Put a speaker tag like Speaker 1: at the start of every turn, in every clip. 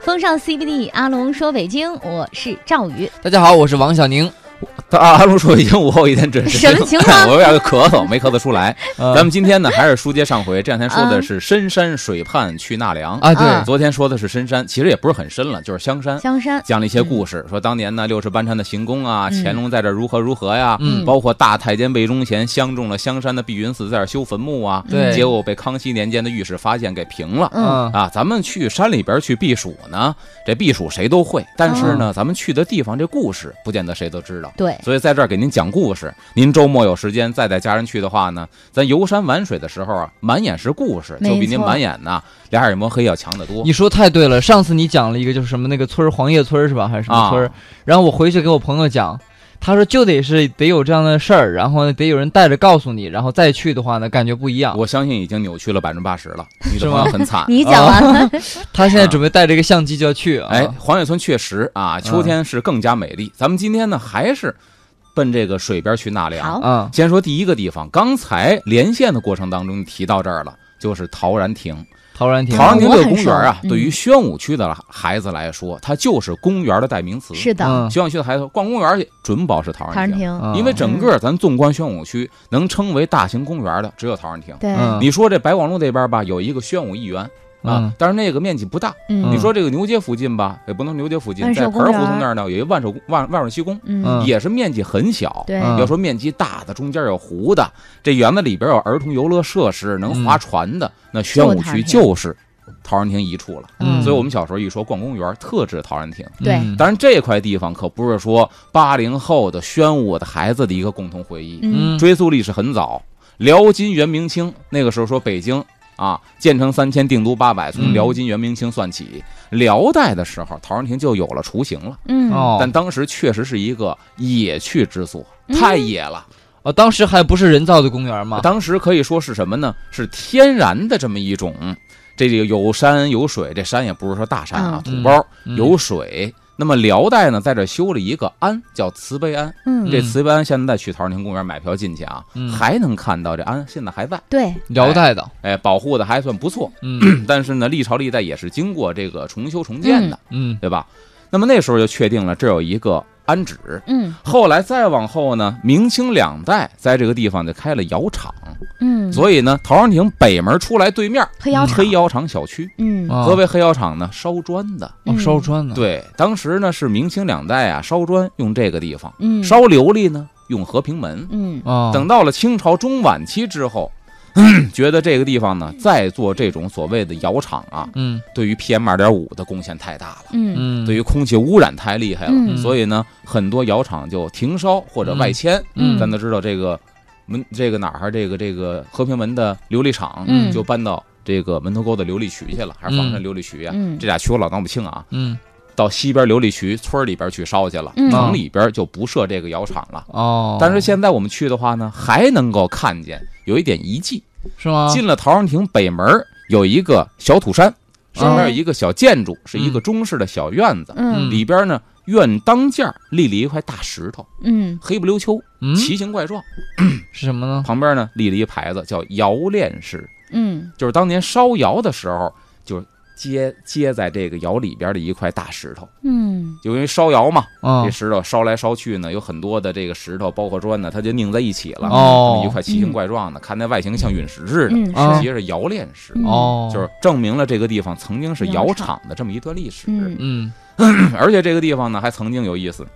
Speaker 1: 风尚 CBD，阿龙说北京，我是赵宇。
Speaker 2: 大家好，我是王小宁。
Speaker 3: 大阿龙说已经午后一点整时，
Speaker 1: 什么情况
Speaker 3: 我有点咳嗽，没咳嗽出来。
Speaker 2: 呃
Speaker 3: 咱们今天呢，还是书接上回，这两天说的
Speaker 1: 嗯
Speaker 3: 是深山水畔去纳凉
Speaker 1: 啊
Speaker 2: 啊，
Speaker 3: 嗯
Speaker 2: 对，
Speaker 3: 昨天说的是深山，其实也不是很深了，就是香山，
Speaker 1: 香山，
Speaker 3: 讲了一些故事，说当年呢六十班禅的行宫啊，
Speaker 1: 嗯
Speaker 3: 乾隆在这儿如何如何呀，
Speaker 2: 嗯
Speaker 3: 包括大太监魏忠贤相中了香山的碧云寺，在这儿修坟墓啊，
Speaker 2: 嗯对
Speaker 3: 结果被康熙年间的御史发现给平了。
Speaker 1: 嗯，
Speaker 3: 啊，咱们去山里边去避暑呢，这避暑谁都会，但是呢，咱们去的地方这故事不见得谁都知道。
Speaker 1: 对，
Speaker 3: 所以在这儿给您讲故事。您周末有时间再带家人去的话呢，咱游山玩水的时候啊，满眼是故事，
Speaker 1: 没
Speaker 3: 就比您
Speaker 1: 错。
Speaker 3: 满眼呐俩眼摸黑要强得多。
Speaker 2: 你说太对了。上次你讲了一个就是什么那个村儿，黄叶村儿是吧？还是什么村儿？
Speaker 3: 啊
Speaker 2: 然后我回去给我朋友讲，他说就得是得有这样的事儿，然后呢得有人带着告诉你，然后再去的话呢感觉不一样。
Speaker 3: 我相信已经扭曲了百分之八十了，你的
Speaker 2: 是
Speaker 3: 朋
Speaker 2: 吗
Speaker 3: 友很惨
Speaker 1: 你讲完了，
Speaker 2: 他现在准备带着一个相机就要去啊。
Speaker 3: 哎，黄叶村确实啊，秋天是更加美丽。咱们今天呢，还是奔这个水边去纳 凉。
Speaker 1: 好，
Speaker 2: 嗯，
Speaker 3: 先说第一个地方，刚才连线的过程当中提到这儿了，就是陶然亭。
Speaker 2: 陶然亭。
Speaker 3: 陶然亭这
Speaker 1: 我
Speaker 3: 个
Speaker 1: 很
Speaker 3: 公园啊
Speaker 1: 熟，嗯
Speaker 3: 对于宣武区的孩子来说，它就是公园的代名词。
Speaker 1: 是的，
Speaker 2: 嗯，
Speaker 3: 宣武区的孩子逛公园去，准保是陶
Speaker 1: 陶
Speaker 3: 然
Speaker 1: 然
Speaker 3: 亭。
Speaker 1: 亭，
Speaker 2: 嗯
Speaker 3: 因为整个咱纵观宣武区，能称为大型公园的只有陶然亭。
Speaker 1: 对，
Speaker 2: 嗯
Speaker 3: 你说这白网路那边吧，有一个宣武艺园啊
Speaker 2: 嗯，
Speaker 3: 但是那个面积不大。
Speaker 1: 嗯
Speaker 3: 你说这个牛街附近吧，也不能牛街附近
Speaker 1: 万，寿
Speaker 3: 在
Speaker 1: 公
Speaker 3: 盆儿
Speaker 1: 园啊
Speaker 3: 胡同那儿呢，有一个万寿万万寿西宫，
Speaker 1: 嗯，
Speaker 2: 嗯
Speaker 3: 也是面积很小。
Speaker 1: 对，
Speaker 2: 嗯
Speaker 3: 要说面积大的，中间有湖的，这园子里边有儿童游乐设施，能划船的，那宣武区就是陶然亭一处了。
Speaker 1: 嗯
Speaker 3: 所以我们小时候一说逛公园，特指陶然亭。
Speaker 1: 对
Speaker 2: 嗯
Speaker 3: 当然，这块地方可不是说八零后的宣武的孩子的一个共同回忆，
Speaker 1: 嗯，
Speaker 2: 嗯
Speaker 3: 追溯历史很早，辽金元明清那个时候说北京啊，建成三千，定都八百，从
Speaker 2: 嗯
Speaker 3: 辽金元明清算起，辽代的时候陶然亭就有了雏形了，
Speaker 1: 嗯，
Speaker 2: 哦，
Speaker 3: 但当时确实是一个野趣之所，
Speaker 1: 嗯
Speaker 3: 太野了。
Speaker 2: 哦，当时还不是人造的公园吗？
Speaker 3: 当时可以说是什么呢？是天然的这么一种，这里有山有水，这山也不是说大山啊，
Speaker 2: 嗯
Speaker 3: 土包
Speaker 2: 嗯
Speaker 3: 有水。那么辽代呢，在这修了一个庵，叫慈悲庵。
Speaker 1: 嗯，
Speaker 3: 这慈悲庵现在去陶然亭公园买票进去啊，
Speaker 2: 嗯
Speaker 3: 还能看到这庵现在还在，
Speaker 1: 对，
Speaker 2: 辽代的。
Speaker 3: 哎，保护的还算不 错。
Speaker 2: 嗯
Speaker 3: 但是呢，历朝历代也是经过这个重修重建的，
Speaker 2: 嗯
Speaker 3: 对吧？那么那时候就确定了这有一个庵址。
Speaker 1: 嗯
Speaker 3: 后来再往后呢，明清两代在这个地方就开了窑厂，
Speaker 1: 嗯，
Speaker 3: 所以呢，陶然亭北门出来对面
Speaker 1: 黑窑厂，
Speaker 3: 黑窑厂小区，
Speaker 1: 嗯，
Speaker 2: 啊
Speaker 3: 何为黑窑厂呢？烧砖的。
Speaker 2: 哦，烧砖呢？，
Speaker 3: 对，当时呢是明清两代啊，烧砖用这个地方，
Speaker 1: 嗯，
Speaker 3: 烧琉璃呢用和平门。
Speaker 1: 嗯，
Speaker 2: 哦，
Speaker 3: 等到了清朝中晚期之后， 觉得这个地方呢再做这种所谓的窑厂啊，
Speaker 2: 嗯
Speaker 3: 对于 PM 二点五的贡献太大了，
Speaker 1: 嗯
Speaker 2: 嗯，
Speaker 3: 对于空气污染太厉害了，
Speaker 1: 嗯
Speaker 3: 所以呢很多窑厂就停烧或者外迁。
Speaker 1: 嗯
Speaker 3: 咱都知道这个门这个哪儿啊这个这个和平门的琉璃厂，
Speaker 1: 嗯
Speaker 3: 就搬到这个门头沟的琉璃渠去了，还是房山琉璃渠呀、
Speaker 1: 嗯
Speaker 3: 啊这俩区我老闹不清啊，
Speaker 2: 嗯
Speaker 3: 到西边琉璃渠村里边去烧去了，
Speaker 1: 嗯
Speaker 3: 城里边就不设这个窑厂了。
Speaker 2: 哦，
Speaker 3: 但是现在我们去的话呢，还能够看见有一点遗迹，
Speaker 2: 是吗？
Speaker 3: 进了陶然亭北门儿有一个小土
Speaker 2: 啊
Speaker 3: 山，上面有一个小建筑，是一个中式的小院子，
Speaker 1: 嗯
Speaker 3: 里边呢院当间儿立了一块大石头，
Speaker 1: 嗯，
Speaker 3: 黑不溜秋，
Speaker 2: 嗯
Speaker 3: 奇形怪状。
Speaker 2: 是什么呢？
Speaker 3: 旁边呢立了一牌子，叫“窑炼室
Speaker 1: 嗯”，
Speaker 3: 就是当年烧窑的时候，就是接接在这个窑里边的一块大石头，
Speaker 1: 嗯，
Speaker 3: 就因为烧窑嘛，
Speaker 2: 啊
Speaker 3: 这石头烧来烧去呢，有很多的这个石头，包括砖呢，它就拧在一起了，
Speaker 2: 哦
Speaker 3: 这么一块奇形怪状的，看那外形像陨石似的，
Speaker 1: 嗯，
Speaker 2: 啊
Speaker 3: 其实是窑炼室，
Speaker 1: 嗯
Speaker 2: 哦，
Speaker 3: 就是证明了这个地方曾经是窑厂的这么一段历史。
Speaker 1: 嗯
Speaker 2: 嗯
Speaker 3: 而且这个地方呢，还曾经有意思，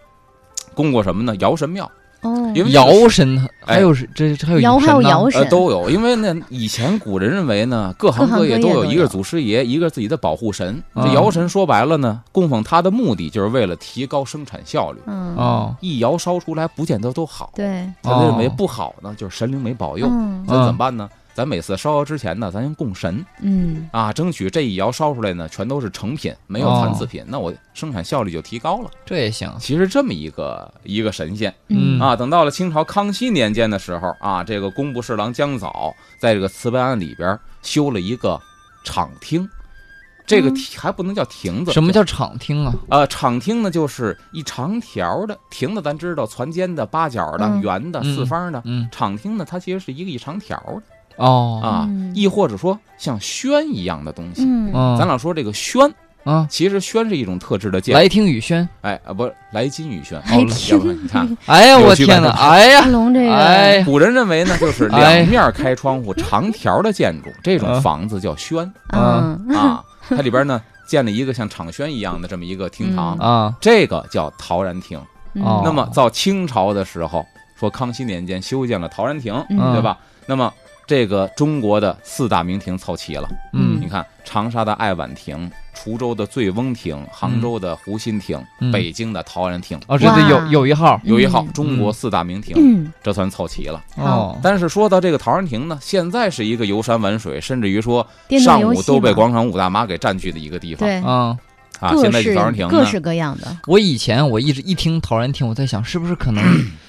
Speaker 3: 供过什么呢？窑神庙，
Speaker 1: 哦，
Speaker 3: 因为这个
Speaker 2: 尧神，
Speaker 3: 哎
Speaker 2: 还有是这这还有
Speaker 1: 尧还有尧
Speaker 2: 神
Speaker 1: 神
Speaker 3: 呃，，都有，因为那以前古人认为呢，各行
Speaker 1: 各行
Speaker 3: 业
Speaker 1: 各
Speaker 3: 都
Speaker 1: 业
Speaker 3: 有
Speaker 1: 都
Speaker 3: 一
Speaker 1: 有
Speaker 3: 个是祖师爷，一个是自己的保护神。这
Speaker 2: 嗯
Speaker 3: 尧神说白了呢，供奉他的目的就是为了提高生产效率。
Speaker 1: 嗯
Speaker 2: 呢，哦，
Speaker 3: 一窑烧出来不见得都好，
Speaker 1: 对，
Speaker 3: 他就认为
Speaker 2: 哦
Speaker 3: 不好呢，就是神灵没保佑。
Speaker 1: 嗯
Speaker 3: 咱怎么办呢？咱每次烧窑之前呢，咱先供神
Speaker 1: 嗯
Speaker 3: 啊，争取这一窑烧出来呢，全都是成品，没有残次
Speaker 2: 哦
Speaker 3: 品，那我生产效率就提高了。
Speaker 2: 这也行，
Speaker 3: 其实这么一个一个神仙。
Speaker 1: 嗯
Speaker 3: 啊，等到了清朝康熙年间的时候啊，这个工部侍郎江藻在这个慈悲庵里边修了一个场厅，这个
Speaker 1: 嗯
Speaker 3: 厅还不能叫亭子，
Speaker 2: 什么叫场厅啊？
Speaker 3: 呃场厅呢？就是一长条的亭子，咱知道攒尖的、八角的、
Speaker 1: 嗯
Speaker 3: 圆的、
Speaker 2: 嗯
Speaker 3: 四方的。
Speaker 2: 嗯，
Speaker 3: 场厅呢，它其实是一个一长条的
Speaker 2: 哦，
Speaker 3: 啊
Speaker 1: 嗯，
Speaker 3: 亦或者说像轩一样的东西。
Speaker 1: 嗯
Speaker 2: 嗯，
Speaker 3: 咱老说这个轩
Speaker 2: 啊，
Speaker 3: 其实宣是一种特制的剑，
Speaker 2: 来听雨轩。
Speaker 3: 哎啊，不是来金羽轩，
Speaker 1: 来
Speaker 3: 哦
Speaker 1: 听
Speaker 3: 要不然 你看，
Speaker 2: 哎呀，
Speaker 3: 有
Speaker 2: 我
Speaker 3: 趣
Speaker 2: 天
Speaker 3: 吧
Speaker 2: 哪！哎呀，
Speaker 1: 阿龙这个，
Speaker 2: 哎呀，
Speaker 3: 古人认为呢，就是
Speaker 2: 哎
Speaker 3: 两面开窗户、长条的建筑，这种
Speaker 2: 啊
Speaker 3: 房子叫轩
Speaker 1: 嗯，
Speaker 3: 啊，它里边呢建了一个像场轩一样的这么一个厅堂，
Speaker 2: 啊，
Speaker 3: 这个叫陶然亭。
Speaker 1: 嗯
Speaker 2: 哦
Speaker 3: 那么到清朝的时候，说康熙年间修建了陶然亭，
Speaker 1: 嗯
Speaker 3: 对吧？那么这个中国的四大名亭凑齐了，
Speaker 2: 嗯
Speaker 3: 你看长沙的爱晚亭。滁州的醉翁亭，杭州的湖心亭，
Speaker 2: 嗯
Speaker 3: 北京的陶然亭，
Speaker 2: 哦，这得有
Speaker 1: 哇
Speaker 2: 有一号
Speaker 3: 有一号
Speaker 1: 嗯
Speaker 3: 中国四大名亭，
Speaker 1: 嗯
Speaker 3: 这算凑齐了。
Speaker 2: 哦，
Speaker 3: 但是说到这个陶然亭呢，现在是一个游山玩水，甚至于说
Speaker 1: 电动
Speaker 3: 上
Speaker 1: 游
Speaker 3: 午
Speaker 1: 戏
Speaker 3: 都被
Speaker 1: 嘛
Speaker 3: 广场舞大妈给占据的一个地方
Speaker 1: 对
Speaker 2: 啊，
Speaker 3: 啊。
Speaker 1: 各
Speaker 3: 现在
Speaker 1: 式
Speaker 3: 这陶然亭
Speaker 1: 各
Speaker 3: 呢，
Speaker 1: 式各样的，
Speaker 2: 我以前我一直一听陶然亭，我在想是不是 可能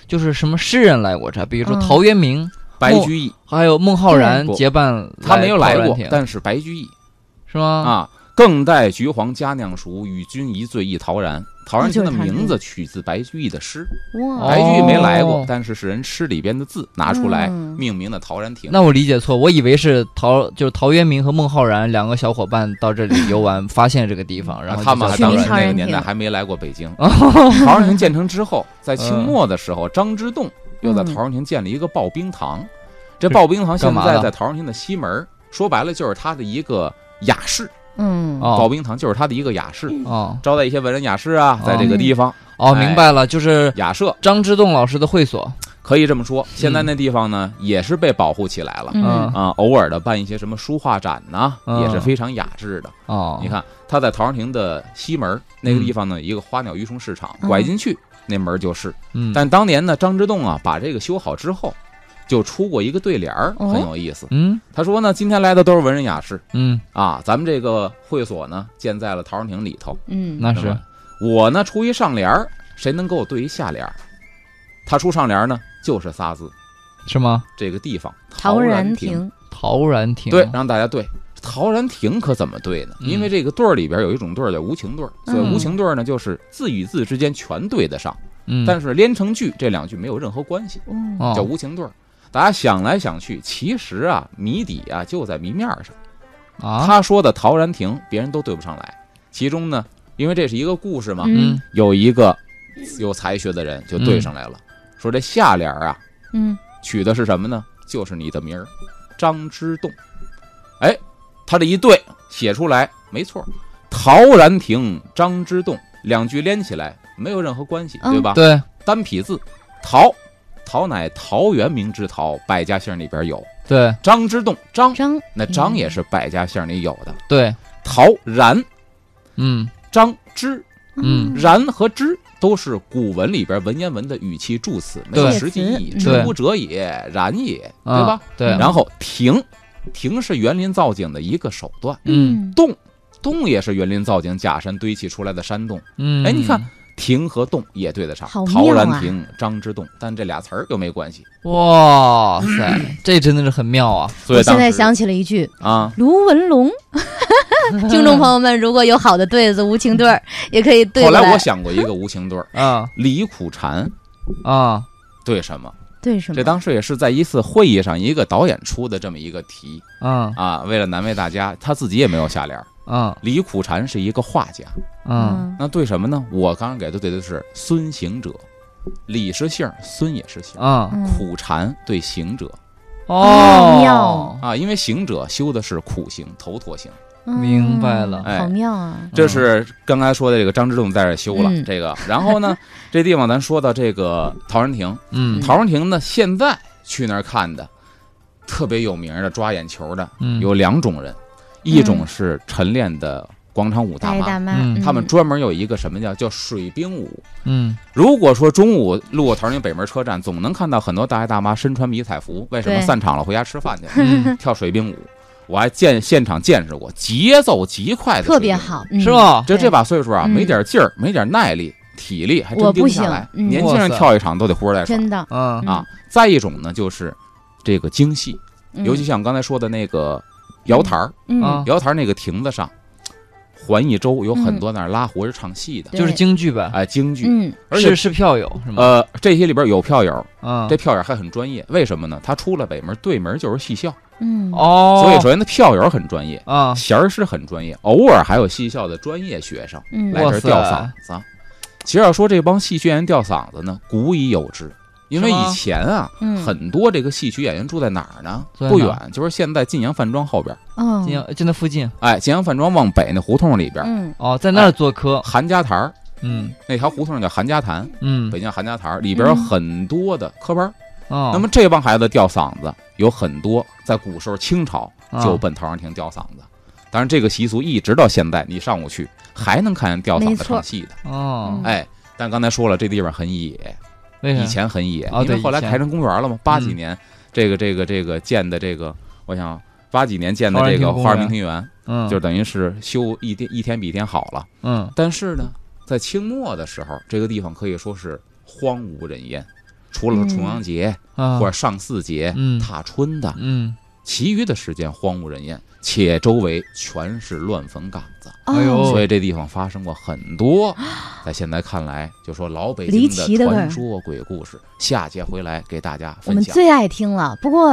Speaker 2: 就是什么诗人来过这儿，比如说
Speaker 1: 嗯
Speaker 2: 陶渊明，
Speaker 3: 白
Speaker 2: 莫
Speaker 3: 居易
Speaker 2: 还有孟浩然
Speaker 3: 不
Speaker 2: 结伴，
Speaker 3: 嗯他没有
Speaker 2: 嗯
Speaker 3: 来
Speaker 2: 陶然
Speaker 3: 过
Speaker 2: 亭，嗯
Speaker 3: 但是白居易
Speaker 2: 是吗？
Speaker 3: 啊，更待橘黄佳酿熟，与君一醉忆陶然。陶
Speaker 1: 哦
Speaker 3: 然亭的名字取自白居易的诗，
Speaker 1: 哇，
Speaker 3: 白居易没来
Speaker 2: 哦
Speaker 3: 过，但是是人诗里边的字拿出来
Speaker 1: 嗯
Speaker 3: 命名的陶然亭。
Speaker 2: 那我理解错，我以为是陶就是陶渊明和孟浩然两个小伙伴到这里游玩，发现这个地方，然
Speaker 3: 然
Speaker 2: 后
Speaker 3: 嗯后他们还
Speaker 1: 去
Speaker 2: 就叫
Speaker 3: 当
Speaker 1: 名
Speaker 3: 时
Speaker 2: 陶
Speaker 1: 陶
Speaker 2: 然。
Speaker 3: 那
Speaker 1: 然
Speaker 3: 个年代
Speaker 1: 亭
Speaker 3: 还没来过北京
Speaker 2: 哦
Speaker 3: 陶然亭建成之后，在清
Speaker 2: 嗯
Speaker 3: 末的时候，张之洞又在
Speaker 1: 嗯
Speaker 3: 陶然亭建了一个刨冰堂。这刨冰堂
Speaker 2: 干
Speaker 3: 现
Speaker 2: 嘛
Speaker 3: 在
Speaker 2: 的
Speaker 3: 在陶然亭的西门儿，说白了就是他的一个雅室。
Speaker 1: 嗯，
Speaker 3: 刨
Speaker 2: 哦
Speaker 3: 冰堂就是他的一个雅室，
Speaker 2: 哦
Speaker 3: 招待一些文人雅士啊，在这个地方
Speaker 2: 哦，
Speaker 3: 哎
Speaker 2: 明白了，就是
Speaker 3: 雅舍
Speaker 2: 张之洞老师的会所，
Speaker 3: 可以这么说。现在那地方呢，也是被保护起来了。
Speaker 1: 嗯
Speaker 2: 嗯
Speaker 3: 啊，偶尔的办一些什么书画展呐、
Speaker 2: 嗯
Speaker 3: 也是非常雅致的。
Speaker 2: 哦，
Speaker 3: 你看，他在陶然亭的西门儿那个地方呢，一个花鸟鱼虫市场，
Speaker 1: 嗯
Speaker 3: 拐进去那门儿就是。
Speaker 2: 嗯，
Speaker 3: 但当年呢，张之洞啊，把这个修好之后，就出过一个对联儿，
Speaker 1: 哦
Speaker 3: 很有意思。
Speaker 2: 嗯
Speaker 3: 他说呢，今天来的都是文人雅士
Speaker 2: 嗯，
Speaker 3: 啊，咱们这个会所呢，建在了陶然亭里头。
Speaker 1: 嗯，
Speaker 2: 那是
Speaker 3: 么我呢出一上联儿，谁能给我对一下联儿？他出上联儿呢，就是仨字，
Speaker 2: 是吗？
Speaker 3: 这个地方
Speaker 1: 陶然
Speaker 3: 亭。
Speaker 1: 亭，
Speaker 2: 陶然亭
Speaker 3: 对，让大家对。陶然亭可怎么对呢？
Speaker 2: 嗯
Speaker 3: 因为这个对儿里边有一种对儿叫无情对儿，所以
Speaker 1: 嗯
Speaker 3: 无情对儿呢，就是字与字之间全对得上，
Speaker 2: 嗯，
Speaker 3: 但是连成句这两句没有任何关系，
Speaker 1: 嗯
Speaker 2: 哦
Speaker 3: 叫无情对儿。大家想来想去，其实啊，谜底啊就在谜面儿上。
Speaker 2: 啊，
Speaker 3: 他说的陶然亭，别人都对不上来。其中呢，因为这是一个故事嘛，
Speaker 1: 嗯
Speaker 2: 嗯
Speaker 3: 有一个有才学的人就对上来了，说这下联儿啊
Speaker 1: 嗯，
Speaker 3: 取的是什么呢？就是你的名儿，张之洞。哎，他这一对写出来没错儿，陶然亭张之洞两句连起来没有任何关系，
Speaker 1: 嗯
Speaker 3: 对吧？
Speaker 2: 对，
Speaker 3: 单匹字，陶，陶乃陶渊明之陶，百家姓里边有
Speaker 2: 对
Speaker 3: 张之洞张，
Speaker 1: 张
Speaker 3: 那张也是百家姓里有的。
Speaker 2: 对，
Speaker 3: 陶然
Speaker 2: 嗯
Speaker 3: 张之
Speaker 2: 嗯
Speaker 3: 然和之都是古文里边文言文的语气助词，没有
Speaker 2: 对
Speaker 3: 实际意义。
Speaker 1: 嗯
Speaker 3: 知乎者也，然也，
Speaker 2: 啊
Speaker 3: 对吧？嗯
Speaker 2: 对，
Speaker 3: 然后亭，亭是园林造景的一个手段，
Speaker 2: 嗯
Speaker 3: 洞，洞也是园林造景假山堆砌出来的山洞，
Speaker 2: 嗯，
Speaker 3: 哎你看亭和洞也对得上。
Speaker 1: 好妙啊
Speaker 3: 陶然亭、张之洞，但这俩词儿又没关系。
Speaker 2: 哇塞，这真的是很妙啊！
Speaker 3: 所
Speaker 1: 我
Speaker 3: 以
Speaker 1: 现
Speaker 3: 当
Speaker 1: 在
Speaker 3: 时
Speaker 1: 想起了一句
Speaker 3: 啊，
Speaker 1: 卢文 龙，听众朋友们，如果有好的对子、无情对儿，也可以对
Speaker 3: 后
Speaker 1: 过
Speaker 3: 来我想过一个无情对儿，
Speaker 2: 啊
Speaker 3: 李苦禅
Speaker 2: 啊，
Speaker 3: 对什么？
Speaker 1: 对什么？
Speaker 3: 这当时也是在一次会议上，一个导演出的这么一个题
Speaker 2: 嗯
Speaker 3: 啊，为了难为大家，他自己也没有下联儿。
Speaker 2: 嗯
Speaker 3: 李苦禅是一个画家，
Speaker 2: 嗯，
Speaker 3: 那对什么呢？我刚刚给他对的是孙行者，李是姓，孙也是姓，
Speaker 2: 嗯，
Speaker 1: 嗯，
Speaker 3: 苦禅对行者
Speaker 1: 哦
Speaker 2: 哦，
Speaker 3: 啊，因为行者修的是苦行、头陀行。
Speaker 1: 嗯
Speaker 2: 明白了
Speaker 3: 哎
Speaker 1: 好妙
Speaker 2: 嗯
Speaker 1: 啊！
Speaker 3: 这是刚才说的这个张之洞在这修了、
Speaker 1: 嗯
Speaker 3: 这个，然 后呢，这地方咱说到这个陶然亭，
Speaker 2: 嗯
Speaker 3: 陶然亭呢现在去那儿看的，特别有名的抓眼球的
Speaker 2: 嗯，
Speaker 3: 有两种人，一种是晨练的广场舞大
Speaker 1: 大爷
Speaker 3: 妈，
Speaker 1: 大妈，
Speaker 2: 嗯
Speaker 3: 他们专门有一个什么叫叫水兵舞，
Speaker 2: 嗯
Speaker 3: 如果说中午路过陶然亭北门车站，总能看到很多大爷大妈身穿迷彩服，为什么
Speaker 1: 对
Speaker 3: 散场了回家吃饭去了？
Speaker 2: 嗯，
Speaker 3: 跳水兵舞，我还见现场见识过，节奏极快的，
Speaker 1: 特别。好，嗯
Speaker 2: 是？吧？
Speaker 3: 就这
Speaker 1: 对
Speaker 3: 把岁数啊，
Speaker 1: 嗯
Speaker 3: 没点劲儿，没点耐力，体力还
Speaker 1: 我
Speaker 3: 真
Speaker 1: 不
Speaker 3: 盯不下来。
Speaker 1: 行嗯
Speaker 3: 年轻人
Speaker 2: 哇塞
Speaker 3: 跳一场都得呼哧带喘
Speaker 1: 真的，
Speaker 2: 嗯
Speaker 1: 嗯
Speaker 3: 啊。再一种呢，就是这个精细，尤其像我刚才说的那个瑶台儿，
Speaker 1: 嗯
Speaker 2: 啊
Speaker 3: 瑶台儿那个亭子上，环一周有很多那儿拉活着唱戏的，
Speaker 2: 就是京剧呗，
Speaker 3: 哎，京剧，
Speaker 1: 嗯
Speaker 3: 而且
Speaker 2: 是是票友是吗？
Speaker 3: 呃，这些里边有票友。
Speaker 2: 嗯，
Speaker 3: 这票眼还很专业，为什么呢？他出了北门，对门就是戏校，
Speaker 1: 嗯，
Speaker 2: 哦，
Speaker 3: 所以首先，他票友很专业，
Speaker 2: 啊，
Speaker 3: 弦儿师很专业，偶尔还有戏校的专业学生
Speaker 1: 嗯
Speaker 3: 来这儿吊嗓子啊。其实要说这帮戏曲演员吊嗓子呢，古已有之，因为
Speaker 2: 是吗
Speaker 3: 以前啊，
Speaker 1: 嗯
Speaker 3: 很多这个戏曲演员住在哪儿呢？
Speaker 2: 住在哪儿
Speaker 3: 不远，就是现在晋阳饭庄后边儿。
Speaker 1: 嗯
Speaker 2: 晋阳就那附近
Speaker 3: 哎，晋阳饭庄往北那胡同里边儿，
Speaker 1: 嗯
Speaker 2: 哦，在那儿做科，
Speaker 3: 韩家台儿
Speaker 2: 嗯
Speaker 3: 那条胡同叫韩家潭，
Speaker 2: 嗯
Speaker 3: 北，京叫韩家台儿里边有很多的科班儿。
Speaker 2: 哦，
Speaker 3: 那么这帮孩子吊嗓子有很多，在古时候清朝
Speaker 2: 啊
Speaker 3: 就奔陶然亭吊嗓子。当然，这个习俗一直到现在，你上午去还能看见吊嗓
Speaker 1: 没
Speaker 3: 子
Speaker 1: 错
Speaker 3: 唱戏的。
Speaker 2: 哦
Speaker 1: 嗯，
Speaker 3: 哎，但刚才说了，这地方很野，
Speaker 2: 为啥
Speaker 3: 以？前很野，
Speaker 2: 哦
Speaker 3: 因为
Speaker 2: 对
Speaker 3: 后来
Speaker 2: 以前
Speaker 3: 开成公园了嘛。八几
Speaker 2: 嗯
Speaker 3: 年，这个这个这个建的这个，我想八几年建的
Speaker 2: 陶然
Speaker 3: 这个
Speaker 2: 亭公
Speaker 3: 花儿
Speaker 2: 园
Speaker 3: 明庭园，
Speaker 2: 嗯，
Speaker 3: 就等于是修一天一天比一天好了。
Speaker 2: 嗯
Speaker 3: 但是呢，在清末的时候，这个地方可以说是荒无人烟，除了说重阳节、
Speaker 2: 啊，
Speaker 3: 或者上巳节、
Speaker 2: 嗯
Speaker 3: 踏春的，
Speaker 2: 嗯，
Speaker 3: 其余的时间荒无人烟，且周围全是乱坟岗子，
Speaker 2: 哎呦
Speaker 1: 哦
Speaker 3: 所以这地方发生过很多，在现在看来，就说老北
Speaker 1: 离
Speaker 3: 京
Speaker 1: 奇
Speaker 3: 的
Speaker 1: 的味儿
Speaker 3: 传说鬼故事，下节回来给大家
Speaker 1: 我
Speaker 3: 分
Speaker 1: 们
Speaker 3: 享。
Speaker 1: 最爱听了。不过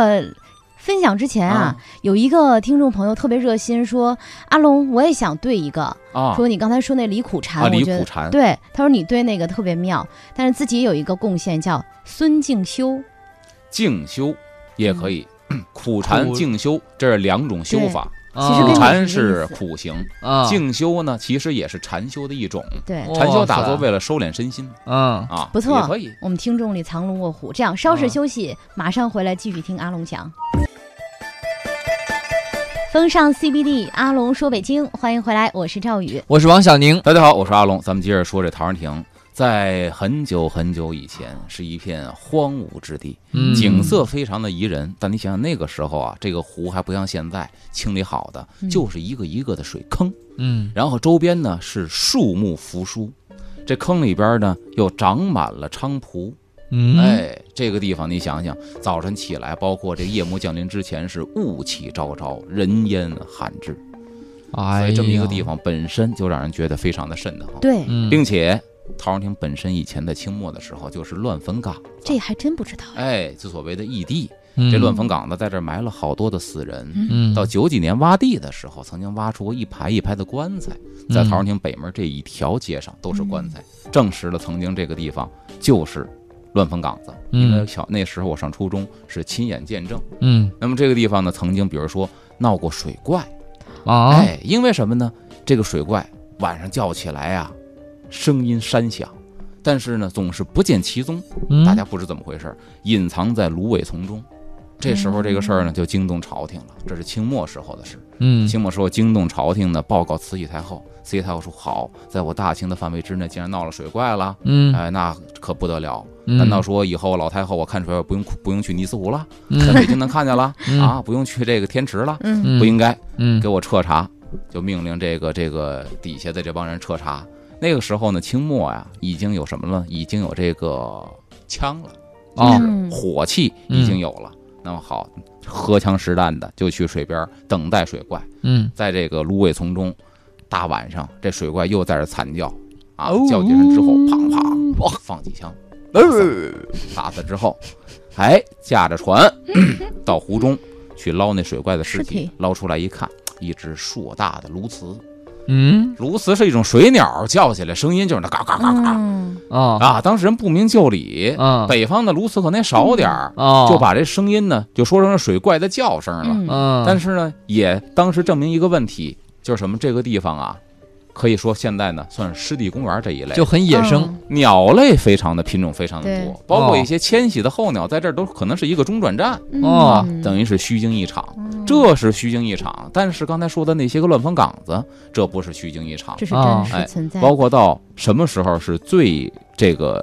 Speaker 1: 分享之前啊
Speaker 3: 啊，
Speaker 1: 有一个听众朋友特别热心，说：“阿龙，我也想对一个，
Speaker 3: 啊
Speaker 1: 说你刚才说那李苦
Speaker 3: 啊，
Speaker 1: 禅，我
Speaker 3: 李
Speaker 1: 觉
Speaker 3: 苦
Speaker 1: 得
Speaker 3: 禅，
Speaker 1: 对。他说你对那个特别妙，但是自己也有一个贡献叫孙敬修。
Speaker 3: 静修也可以， 苦禅、
Speaker 2: 苦
Speaker 3: 静修这是两种修
Speaker 1: 嗯对
Speaker 3: 法。
Speaker 1: 其实
Speaker 3: 苦
Speaker 1: 跟
Speaker 2: 啊
Speaker 3: 禅
Speaker 1: 你是一个
Speaker 3: 是
Speaker 1: 意思
Speaker 3: 苦行，
Speaker 2: 啊，
Speaker 3: 静修呢其实也是禅修的一种。
Speaker 1: 对，
Speaker 2: 哇
Speaker 3: 禅修打坐
Speaker 2: 塞
Speaker 3: 为了收敛身心
Speaker 2: 哦嗯，
Speaker 3: 啊，
Speaker 1: 不错
Speaker 3: 也可以。
Speaker 1: 我们听众里藏龙卧虎。这样稍事
Speaker 2: 啊
Speaker 1: 休息，马上回来继续听阿龙讲。风尚 CBD，阿龙说北京，欢迎回来，我是赵宇。
Speaker 2: 我是王小宁，
Speaker 3: 大家好，我是阿龙，咱们接着说这陶然亭。在很久很久以前，是一片荒芜之地，
Speaker 2: 嗯
Speaker 3: 景色非常的宜人。但你想想那个时候啊，这个湖还不像现在清理好的，
Speaker 1: 嗯
Speaker 3: 就是一个一个的水坑，
Speaker 2: 嗯
Speaker 3: 然后周边呢是树木扶疏，这坑里边呢又长满了菖蒲，
Speaker 2: 嗯，
Speaker 3: 哎，这个地方你想想，早晨起来，包括这夜幕降临之前，是雾气昭昭，人烟罕至。所
Speaker 2: 哎
Speaker 3: 以
Speaker 2: 呦，
Speaker 3: 这么一个地方本身就让人觉得非常的瘆得慌。
Speaker 1: 对，
Speaker 2: 嗯，
Speaker 3: 并且陶然亭本身以前在清末的时候就是乱坟岗子，
Speaker 1: 这还真不知道。
Speaker 3: 哎，就所谓的义地，
Speaker 2: 嗯
Speaker 3: 这乱坟岗子在这儿埋了好多的死人。
Speaker 2: 嗯
Speaker 3: 到九几年挖地的时候，曾经挖出过一排一排的棺材，在
Speaker 2: 嗯
Speaker 3: 陶然亭北门这一条街上都是棺材，证实了曾经这个地方就是乱坟岗子。
Speaker 2: 嗯
Speaker 3: 因为小那时候我上初中是亲眼见证。
Speaker 2: 嗯
Speaker 3: 那么这个地方呢，曾经比如说闹过水怪，
Speaker 2: 啊，
Speaker 3: 哎，因为什么呢？这个水怪晚上叫起来啊，声音山响，但是呢，总是不见其踪，
Speaker 2: 嗯
Speaker 3: 大家不知怎么回事儿，隐藏在芦苇丛中。这时候这个事儿呢，就惊动朝廷了。这是清末时候的事。
Speaker 2: 嗯
Speaker 3: 清末时候惊动朝廷呢，报告慈禧太后。慈禧太后说：“好，在我大清的范围之内，竟然闹了水怪了，
Speaker 2: 嗯，
Speaker 3: 哎，那可不得了。
Speaker 2: 嗯
Speaker 3: 难道说以后老太后我看水不用不用去尼斯湖了，在
Speaker 2: 嗯
Speaker 3: 北京能看见了
Speaker 2: 嗯
Speaker 3: 啊？不用去这个天池了？
Speaker 1: 嗯
Speaker 2: 嗯
Speaker 3: 不应该。”
Speaker 2: 嗯
Speaker 3: 给我彻查，就命令这个这个底下的这帮人彻查。那个时候呢，清末呀、已经有什么了？已经有这个枪了，
Speaker 2: 哦
Speaker 1: 嗯
Speaker 3: 火器已经有了。那么好，荷枪实弹的就去水边儿等待水怪，
Speaker 2: 嗯
Speaker 3: 在这个芦苇丛中，大晚上这水怪又在这惨叫啊
Speaker 2: 哦，
Speaker 3: 叫几声之后，砰砰，放几枪，打死之后，哎，驾着船到湖中去捞那水怪的尸
Speaker 1: 尸体
Speaker 3: 体，捞出来一看，一只硕大的鸬鹚。
Speaker 2: 嗯
Speaker 3: 鸬鹚是一种水鸟，叫起来声音就是那嘎嘎嘎嘎、
Speaker 1: 嗯，
Speaker 2: 啊
Speaker 3: 啊。当时人不明就里，
Speaker 2: 啊
Speaker 3: 北方的鸬鹚可能也少点儿，
Speaker 2: 啊，
Speaker 3: 就把这声音呢就说成是水怪的叫声了。
Speaker 1: 嗯
Speaker 2: 嗯，
Speaker 3: 但
Speaker 2: 是
Speaker 3: 是呢，也当时证明一个问题，就是什么？这个地方啊，可以说现在呢算是湿地公园这一类，
Speaker 2: 就很野生，
Speaker 3: 鸟类非常的品种非常的
Speaker 1: 对
Speaker 3: 多，包括
Speaker 2: 哦
Speaker 3: 一些迁徙的候鸟在这儿都可能是一个中转站
Speaker 1: 嗯
Speaker 2: 哦
Speaker 3: 啊，等于是虚惊一场。
Speaker 1: 嗯
Speaker 3: 这是虚惊一场，但是刚才说的那些个乱坟岗子，这不是虚惊一场
Speaker 1: 这，是
Speaker 2: 啊
Speaker 1: 真实
Speaker 3: 哎
Speaker 1: 存在，
Speaker 3: 包括到什么时候是最这个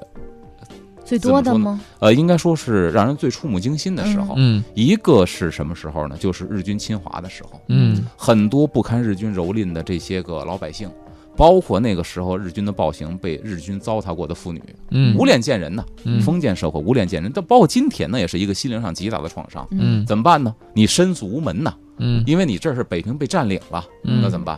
Speaker 1: 最多的
Speaker 3: 怎
Speaker 1: 吗？
Speaker 3: 呃，应该说是让人最触目惊心的时候。
Speaker 2: 嗯
Speaker 3: 一个是什么时候呢？就是日军侵华的时候，
Speaker 2: 嗯
Speaker 3: 很多不堪日军蹂躏的这些个老百姓，包括那个时候日军的暴行被日军糟蹋过的妇女，
Speaker 2: 嗯，
Speaker 3: 无脸见人呐、
Speaker 2: 嗯
Speaker 3: 封建社会无脸见人。但包括今天呢，也是一个心灵上极大的创伤。
Speaker 2: 嗯
Speaker 3: 怎么办呢？你申诉无门呐，
Speaker 2: 嗯
Speaker 3: 因为你这是北平被占领了，
Speaker 2: 嗯
Speaker 3: 那怎么办？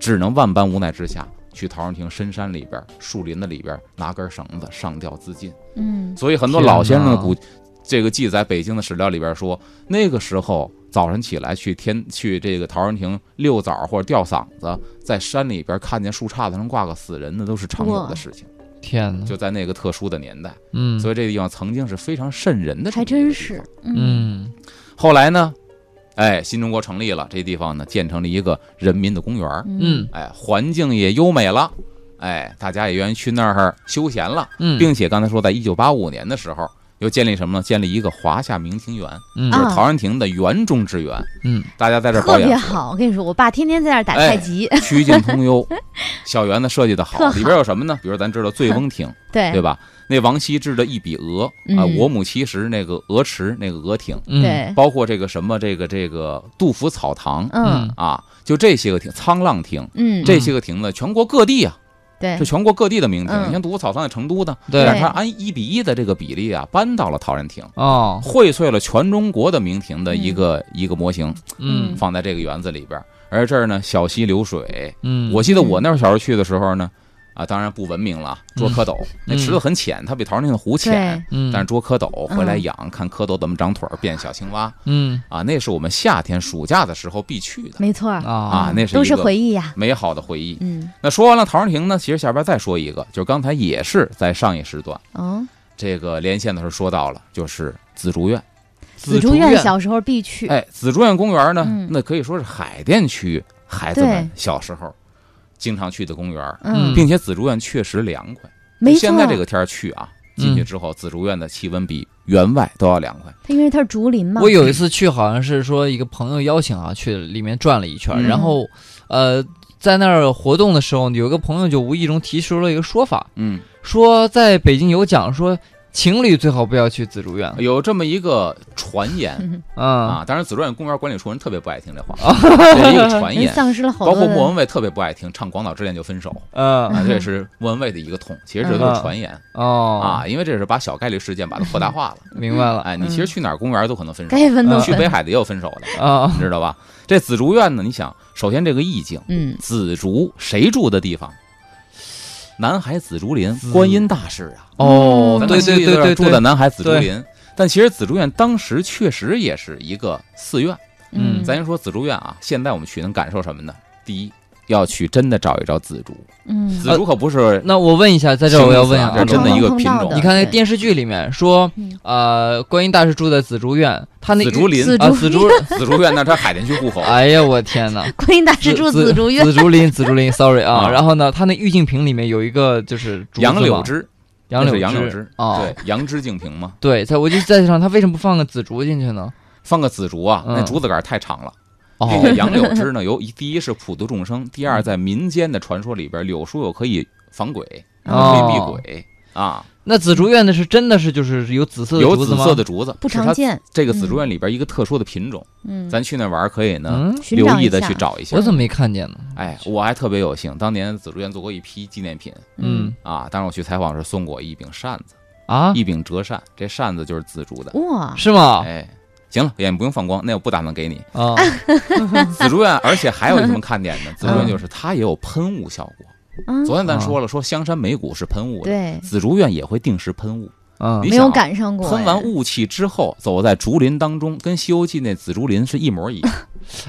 Speaker 3: 只能万般无奈之下，去陶然亭深山里边、树林子里边拿根绳子上吊自尽。
Speaker 1: 嗯，
Speaker 3: 所以很多老先生的
Speaker 2: 天哪
Speaker 3: 古这个记载，北京的史料里边说，那个时候早晨起来去天去这个陶然亭遛枣儿或者吊嗓子，在山里边看见树杈子上挂个死人，那都是常有
Speaker 1: 哇
Speaker 3: 的事情。
Speaker 2: 天哪，
Speaker 3: 就在那个特殊的年代，
Speaker 2: 嗯，
Speaker 3: 所以这个地方曾经是非常瘆人的，
Speaker 1: 还真是。，
Speaker 2: 嗯
Speaker 3: 后来呢，哎，新中国成立了，这地方呢建成了一个人民的公园儿，
Speaker 2: 嗯
Speaker 3: 哎，环境也优美了，哎，大家也愿意去那儿休闲了，
Speaker 2: 嗯，
Speaker 3: 并且刚才说，在一九八五年的时候，又建立什么呢？建立一个华夏明庭园，
Speaker 2: 嗯
Speaker 3: 就是
Speaker 1: 啊
Speaker 3: 陶然亭的园中之园，
Speaker 2: 嗯
Speaker 3: 大家在这儿
Speaker 1: 特
Speaker 3: 保
Speaker 1: 别
Speaker 3: 养，哎
Speaker 1: 好，我跟你说，我爸天天在那儿打太极，
Speaker 3: 曲径通 幽，小园子设计的
Speaker 1: 特
Speaker 3: 好，
Speaker 1: 好
Speaker 3: 里边有什么呢？比如咱知道醉翁亭，对
Speaker 1: 对
Speaker 3: 吧？那王羲之的一笔鹅啊，
Speaker 1: 嗯
Speaker 3: 我母其时那个鹅池那个鹅亭，
Speaker 2: 嗯，
Speaker 1: 对，
Speaker 3: 包括这个什么这个这个杜甫草堂
Speaker 1: 嗯
Speaker 2: 嗯
Speaker 3: 啊，就这些个亭，沧浪亭。
Speaker 1: 嗯，
Speaker 3: 这些个亭呢，全国各地啊，
Speaker 1: 对
Speaker 3: 是，全国各地的名
Speaker 1: 嗯
Speaker 3: 亭。你看杜甫草堂在成都的，
Speaker 2: 对
Speaker 3: 但是它按一比一的这个比例啊，搬到了陶然亭，
Speaker 2: 哦，
Speaker 3: 荟萃了全中国的名亭的一个一个模型，
Speaker 2: 嗯
Speaker 3: 放在这个园子里边儿。而这儿呢，小溪流水，
Speaker 2: 嗯，
Speaker 3: 我记得我那会儿小时候去的时候呢，啊，当然不文明了，捉蝌蚪，那
Speaker 2: 嗯
Speaker 3: 池子很浅，它比陶然亭的湖
Speaker 1: 对
Speaker 3: 浅，，
Speaker 2: 嗯，
Speaker 3: 但是捉蝌蚪回来
Speaker 1: 嗯
Speaker 3: 养，看蝌蚪怎么长腿儿变小青蛙
Speaker 2: 嗯
Speaker 3: 啊，那是我们夏天暑假的时候必去的
Speaker 1: 没错儿
Speaker 2: 啊
Speaker 3: 啊，那是
Speaker 1: 嗯都
Speaker 3: 一
Speaker 1: 是
Speaker 3: 个
Speaker 1: 回忆呀，
Speaker 3: 美好的回忆。
Speaker 1: 嗯，
Speaker 3: 那说完了陶然亭呢，其实下边再说一个，就是刚才也是在上一时段
Speaker 1: 哦，
Speaker 3: 这个连线的时候说到了，就是紫竹院。
Speaker 1: 紫
Speaker 2: 竹
Speaker 1: 竹院小时候必去，
Speaker 3: 哎，紫竹院公园呢，
Speaker 1: 嗯
Speaker 3: 那可以说是海淀区孩子们
Speaker 1: 对
Speaker 3: 小时候经常去的公园，
Speaker 1: 嗯
Speaker 2: 嗯，
Speaker 3: 并且紫竹院确实凉快。
Speaker 1: 没错，
Speaker 3: 现在这个天儿去啊，进去
Speaker 2: 嗯
Speaker 3: 之后，紫竹院的气温比园外都要凉快。
Speaker 1: 它因为它是竹林嘛，
Speaker 2: 我有一次去，好像是说一个朋友邀请啊，去里面转了一圈儿，
Speaker 3: 嗯
Speaker 2: 然后，呃，在那儿活动的时候，有一个朋友就无意中提出了一个说法，
Speaker 3: 嗯，
Speaker 2: 说在北京有讲说情侣最好不要去紫竹院，
Speaker 3: 啊有这么一个传言
Speaker 1: 嗯
Speaker 2: 嗯
Speaker 3: 啊，当然紫竹院公园管理处人特别不爱听这话，这是一个传
Speaker 1: 人
Speaker 3: 言。
Speaker 1: 丧失了好
Speaker 3: 包
Speaker 1: 多
Speaker 3: 括莫
Speaker 1: 的，
Speaker 3: 文蔚特别不爱听唱《广岛之恋》就分手
Speaker 2: 嗯
Speaker 3: 啊，这是莫文蔚的一个痛。其实这都是传言
Speaker 2: 哦
Speaker 3: 啊，因为这是把小概率事件把它扩大化了。
Speaker 2: 明白了
Speaker 3: 哎，你其实去哪儿公园都可能分手，
Speaker 1: 嗯该分都
Speaker 3: 嗯去
Speaker 1: 分，
Speaker 3: 北海的也有分手的，
Speaker 2: 啊
Speaker 3: 你知道吧？这紫竹院呢，你想，首先这个意境，
Speaker 1: 嗯，
Speaker 3: 紫竹谁住的地方？南海紫竹林
Speaker 2: 紫，
Speaker 3: 观音大士啊，
Speaker 2: 哦
Speaker 1: 嗯
Speaker 3: 咱，
Speaker 2: 对
Speaker 3: 们记
Speaker 2: 对
Speaker 3: 忆
Speaker 2: 对
Speaker 3: 都是
Speaker 2: 对
Speaker 3: 住
Speaker 2: 对
Speaker 3: 在南海紫竹林。但其实紫竹院当时确实也是一个寺院。
Speaker 2: 嗯
Speaker 3: 咱先说紫竹院啊，现在我们去能感受什么呢？第一，要去真的找一找紫竹，
Speaker 1: 嗯
Speaker 3: 紫竹可不是
Speaker 2: 呃那我问一下，在这儿我要问
Speaker 3: 这
Speaker 2: 啊
Speaker 3: 是，真的一个
Speaker 1: 我刚
Speaker 3: 品
Speaker 1: 刚碰到
Speaker 3: 种
Speaker 1: 的。
Speaker 2: 你看那电视剧里面说
Speaker 1: 嗯，
Speaker 2: 呃，观音大士住在紫竹院，他那
Speaker 3: 紫竹林
Speaker 1: 紫
Speaker 2: 啊，
Speaker 1: 竹
Speaker 2: 紫竹，
Speaker 3: 紫竹院那他海淀区 户口，
Speaker 2: 哎呀，我天哪！
Speaker 1: 观音大师住紫竹院，
Speaker 2: 紫竹林，紫竹林，sorry 啊。
Speaker 3: 啊
Speaker 2: 然后呢，它那玉净瓶里面有一个就是竹子嘛
Speaker 3: 杨柳，枝，
Speaker 2: 杨柳
Speaker 3: 那是杨柳
Speaker 2: 枝
Speaker 3: 枝，
Speaker 2: 啊，
Speaker 3: 对，杨枝净瓶嘛，
Speaker 2: 对，在我就在想，它为什么不放个紫竹进去呢？
Speaker 3: 放个紫竹啊，
Speaker 2: 嗯
Speaker 3: 那竹子杆儿太长了。
Speaker 2: 哦，
Speaker 3: 并且杨柳枝呢，由一第一是普度众生，第二在民间的传说里边，柳树又可以防鬼、
Speaker 1: 嗯
Speaker 3: 可以避
Speaker 2: 哦，
Speaker 3: 鬼啊。
Speaker 2: 那紫竹院的是真的是就是有紫色的
Speaker 3: 有
Speaker 2: 竹子
Speaker 3: 紫
Speaker 2: 吗？
Speaker 3: 色的竹子，
Speaker 1: 不
Speaker 3: 是它
Speaker 1: 常见，
Speaker 3: 这个紫竹院里边一个特殊的品种，
Speaker 1: 嗯，
Speaker 3: 咱去那玩儿可以呢，
Speaker 2: 嗯，
Speaker 1: 寻
Speaker 3: 留
Speaker 1: 找
Speaker 3: 意
Speaker 1: 一
Speaker 3: 的
Speaker 1: 下
Speaker 3: 去，找一下
Speaker 2: 我。怎么没看见呢？
Speaker 3: 哎，我还特别有幸，当年紫竹院做过一批纪念品
Speaker 2: 嗯
Speaker 3: 啊，当时我去采访时送过我一柄扇子，
Speaker 2: 啊，哦
Speaker 3: 一柄折扇，这扇子就是紫竹的。
Speaker 1: 哇，
Speaker 2: 是吗？
Speaker 3: 哎，行了，也不用放光，那我不打算给 你。
Speaker 2: 啊，
Speaker 3: 哎紫竹院，而且还有一个什么看点呢？紫
Speaker 2: 嗯
Speaker 3: 竹院就是它也有喷雾效果。
Speaker 1: 嗯，
Speaker 3: 昨天咱说了，说香山美谷是喷雾的，
Speaker 1: 对，
Speaker 3: 紫竹院也会定时喷雾。
Speaker 2: 嗯
Speaker 3: 你
Speaker 1: 没
Speaker 3: 想
Speaker 1: 有
Speaker 3: 啊
Speaker 1: 赶上过，哎
Speaker 3: 喷完雾气之后，走在竹林当中，跟《西游记》那紫竹林是一模一 样，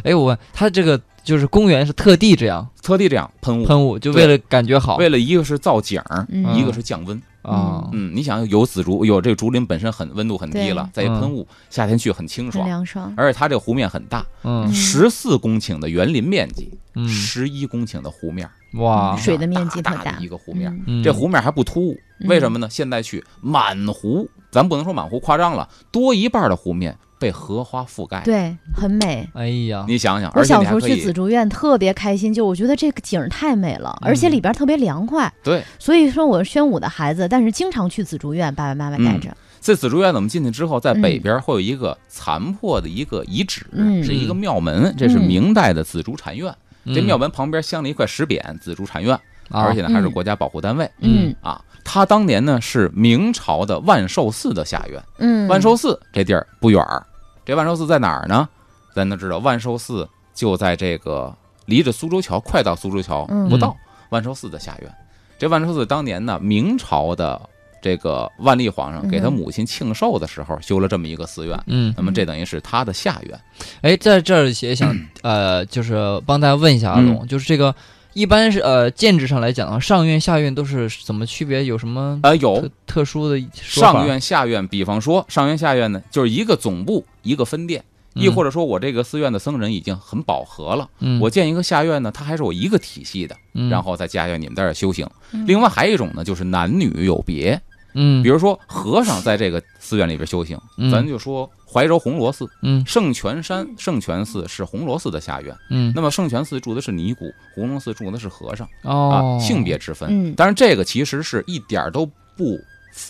Speaker 2: 哎，我问它这个就是公园是特地这样
Speaker 3: 特地这样喷雾，
Speaker 2: 喷雾，就为了感觉好
Speaker 3: 为了一个是造景儿。
Speaker 1: 嗯，
Speaker 3: 一个是降温，
Speaker 2: 啊。
Speaker 3: 嗯，你想有紫竹，有这个竹林本身很温度很低
Speaker 1: 对
Speaker 3: 了，再一喷
Speaker 2: 嗯
Speaker 3: 雾，夏天去很清
Speaker 1: 很
Speaker 3: 爽，
Speaker 1: 凉爽，
Speaker 3: 而且它这湖面很大，
Speaker 2: 嗯
Speaker 3: 十四公顷的园林面积，
Speaker 2: 嗯
Speaker 3: 十一公顷的湖面，
Speaker 2: 哇，
Speaker 1: 水的面积
Speaker 3: 大
Speaker 1: 特
Speaker 3: 大的一个湖面，
Speaker 1: 嗯
Speaker 2: 嗯
Speaker 3: 这湖面还不突兀，
Speaker 1: 嗯
Speaker 3: 为什么呢？现在去满湖，咱不能说满湖夸张了，多一半的湖面被荷花覆盖。
Speaker 1: 对，很美。
Speaker 2: 哎呀，
Speaker 3: 你想想，
Speaker 1: 我
Speaker 3: 而且
Speaker 1: 小
Speaker 3: 你
Speaker 1: 时
Speaker 3: 还
Speaker 1: 候
Speaker 3: 可
Speaker 1: 去紫
Speaker 3: 以
Speaker 1: 竹院特别开心，就我觉得这个景儿太美了，而且
Speaker 2: 嗯
Speaker 1: 里边儿特别凉快。
Speaker 3: 对，
Speaker 1: 所以说我是宣武的孩子，但是经常去紫竹院，爸爸妈妈
Speaker 3: 嗯
Speaker 1: 带着。
Speaker 3: 这紫竹院，我们进去之后，在
Speaker 1: 嗯
Speaker 3: 北边会有一个残破的一个遗址，
Speaker 1: 嗯
Speaker 3: 是一个庙门，这是
Speaker 1: 嗯
Speaker 3: 明代的紫竹禅院。这
Speaker 2: 嗯
Speaker 3: 庙门旁边镶了一块石匾，紫竹禅院，
Speaker 2: 啊
Speaker 3: 而且呢还是
Speaker 1: 嗯
Speaker 3: 国家保护单位
Speaker 1: 嗯
Speaker 3: 啊。它当年呢是明朝的万寿寺的下院，
Speaker 1: 嗯，
Speaker 3: 万寿寺这地儿不远儿。这万寿寺在哪儿呢？咱都知道，万寿寺就在这个离着苏州桥，快到苏州桥
Speaker 1: 嗯
Speaker 3: 不到万寿寺的下院。这万寿寺当年呢，明朝的这个万历皇上给他
Speaker 1: 嗯哼
Speaker 3: 母亲庆寿的时候修了这么一个寺院。
Speaker 2: 嗯，
Speaker 3: 那么这等于是他的下院。
Speaker 2: 哎，在这儿也想
Speaker 3: 嗯
Speaker 2: 呃，就是帮大家问一下阿龙，就是这个一般是呃建制上来讲的话，上院下院都是怎么区别？有什么
Speaker 3: 呃，有
Speaker 2: 特特殊的说法
Speaker 3: 上院、下院，比方说上院、下院呢，就是一个总部，一个分店，亦或者说我这个寺院的僧人已经很饱和了，
Speaker 2: 嗯
Speaker 3: 我建一个下院呢，它还是我一个体系的，
Speaker 2: 嗯
Speaker 3: 然后在家院你们在这儿修行。
Speaker 1: 嗯
Speaker 3: 另外还有一种呢，就是男女有别，
Speaker 2: 嗯
Speaker 3: 比如说和尚在这个寺院里边修行，
Speaker 2: 嗯
Speaker 3: 咱就说怀柔红螺寺、
Speaker 2: 嗯
Speaker 3: 圣泉山、圣泉寺是红螺寺的下院，
Speaker 2: 嗯
Speaker 3: 那么圣泉寺住的是尼姑，红螺寺住的是和尚
Speaker 2: 哦
Speaker 3: 啊，性别之分。
Speaker 1: 嗯，
Speaker 3: 当然，这个其实是一点儿都不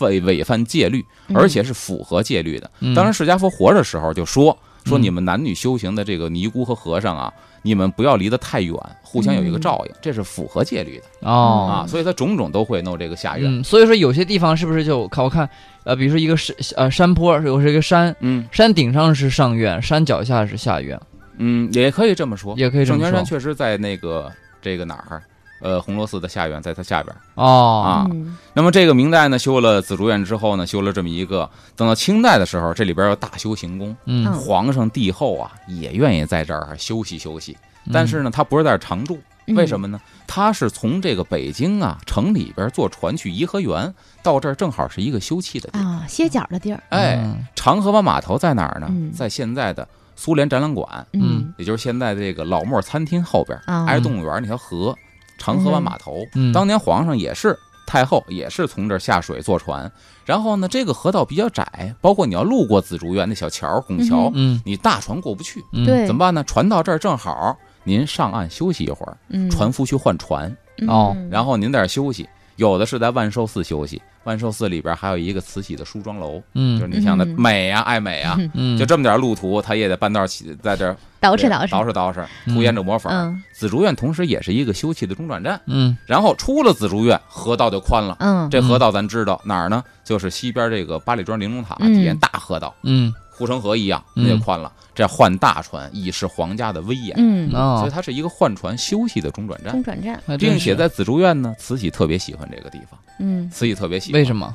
Speaker 3: 违违反戒律，
Speaker 1: 嗯
Speaker 3: 而且是符合戒律的。
Speaker 2: 嗯
Speaker 3: 当时释迦佛活着时候就说说
Speaker 2: 嗯
Speaker 3: 你们男女修行的这个尼姑和和尚啊，你们不要离得太远，互相有一个
Speaker 1: 嗯
Speaker 3: 照应，这是符合戒律的
Speaker 2: 哦
Speaker 3: 啊。所以他种种都会弄这个下院。
Speaker 2: 嗯，所以说有些地方是不是就我看我看呃，比如说一个山呃山坡，有是一个山，
Speaker 3: 嗯
Speaker 2: 山顶上是上院，山脚下是下院，
Speaker 3: 嗯，也可以这么说。
Speaker 2: 也可以这
Speaker 3: 圣
Speaker 2: 么
Speaker 3: 泉山
Speaker 2: 说
Speaker 3: 确实在那个这个哪儿，呃，红螺寺的下院，在它下边儿。
Speaker 2: 哦
Speaker 3: 啊
Speaker 1: 嗯
Speaker 3: 那么这个明代呢，修了紫竹院之后呢，修了这么一个。等到清代的时候，这里边有大修行宫，
Speaker 2: 嗯
Speaker 1: 嗯
Speaker 3: 皇上帝后啊也愿意在这儿休息休息。
Speaker 2: 嗯
Speaker 3: 但是呢，他不是在这儿常住，
Speaker 1: 嗯
Speaker 3: 为什？么呢？他是从这个北京啊城里边坐船去颐和园，到这儿正好是一个休憩的地
Speaker 1: 嗯
Speaker 3: 儿。
Speaker 1: 啊，歇脚的地儿，
Speaker 3: 哎，
Speaker 2: 嗯
Speaker 3: 长河湾码头在哪儿呢
Speaker 1: 嗯？
Speaker 3: 在现在的苏联展览馆，
Speaker 1: 嗯
Speaker 3: 也就是现在这个老莫餐厅后边，
Speaker 1: 啊
Speaker 3: 挨着动物园那条河，长河湾码头。
Speaker 2: 嗯
Speaker 3: 当年皇上也是。太后也是从这儿下水坐船，然后呢，这个河道比较窄，包括你要路过紫竹院那小桥拱桥，
Speaker 2: 嗯
Speaker 3: 你大船过不去，
Speaker 2: 嗯
Speaker 1: 对，
Speaker 3: 怎么办呢？船到这儿正好，您上岸休息一会儿，
Speaker 1: 嗯
Speaker 3: 船夫去换船，
Speaker 2: 哦
Speaker 1: 嗯
Speaker 3: 然后您在这儿休息。有的是在万寿寺休息，万寿寺里边还有一个慈禧的梳妆楼，就
Speaker 2: 嗯
Speaker 3: 是你像那
Speaker 1: 嗯
Speaker 3: 美呀、爱美呀，
Speaker 2: 嗯
Speaker 3: 就这么点路途，他也得半道起在这儿
Speaker 1: 捯饬
Speaker 3: 对
Speaker 1: 捬饬，
Speaker 3: 捯饬捯饬，
Speaker 2: 嗯
Speaker 3: 涂胭脂抹粉儿。
Speaker 1: 嗯
Speaker 3: 紫竹院同时也是一个休憩的中转站，
Speaker 2: 嗯
Speaker 3: 然后出了紫竹院，河道就宽了。
Speaker 1: 嗯，
Speaker 3: 这河道咱知道哪儿呢？就是西边这个八里庄玲珑塔
Speaker 1: 嗯
Speaker 3: 底下大河道，
Speaker 2: 嗯
Speaker 3: 护城河一样，
Speaker 2: 嗯
Speaker 3: 那就宽了。这换大船以示皇家的威严，
Speaker 1: 嗯，
Speaker 3: 所
Speaker 2: 哦嗯
Speaker 3: 以，它是一个换船休息的中转站
Speaker 1: 中。转站，
Speaker 2: 还真
Speaker 3: 并且
Speaker 2: 是
Speaker 3: 在紫竹院呢，慈禧特别喜欢这个地方，
Speaker 1: 嗯
Speaker 3: 慈禧特别喜欢。
Speaker 2: 为
Speaker 3: 么？
Speaker 2: 什么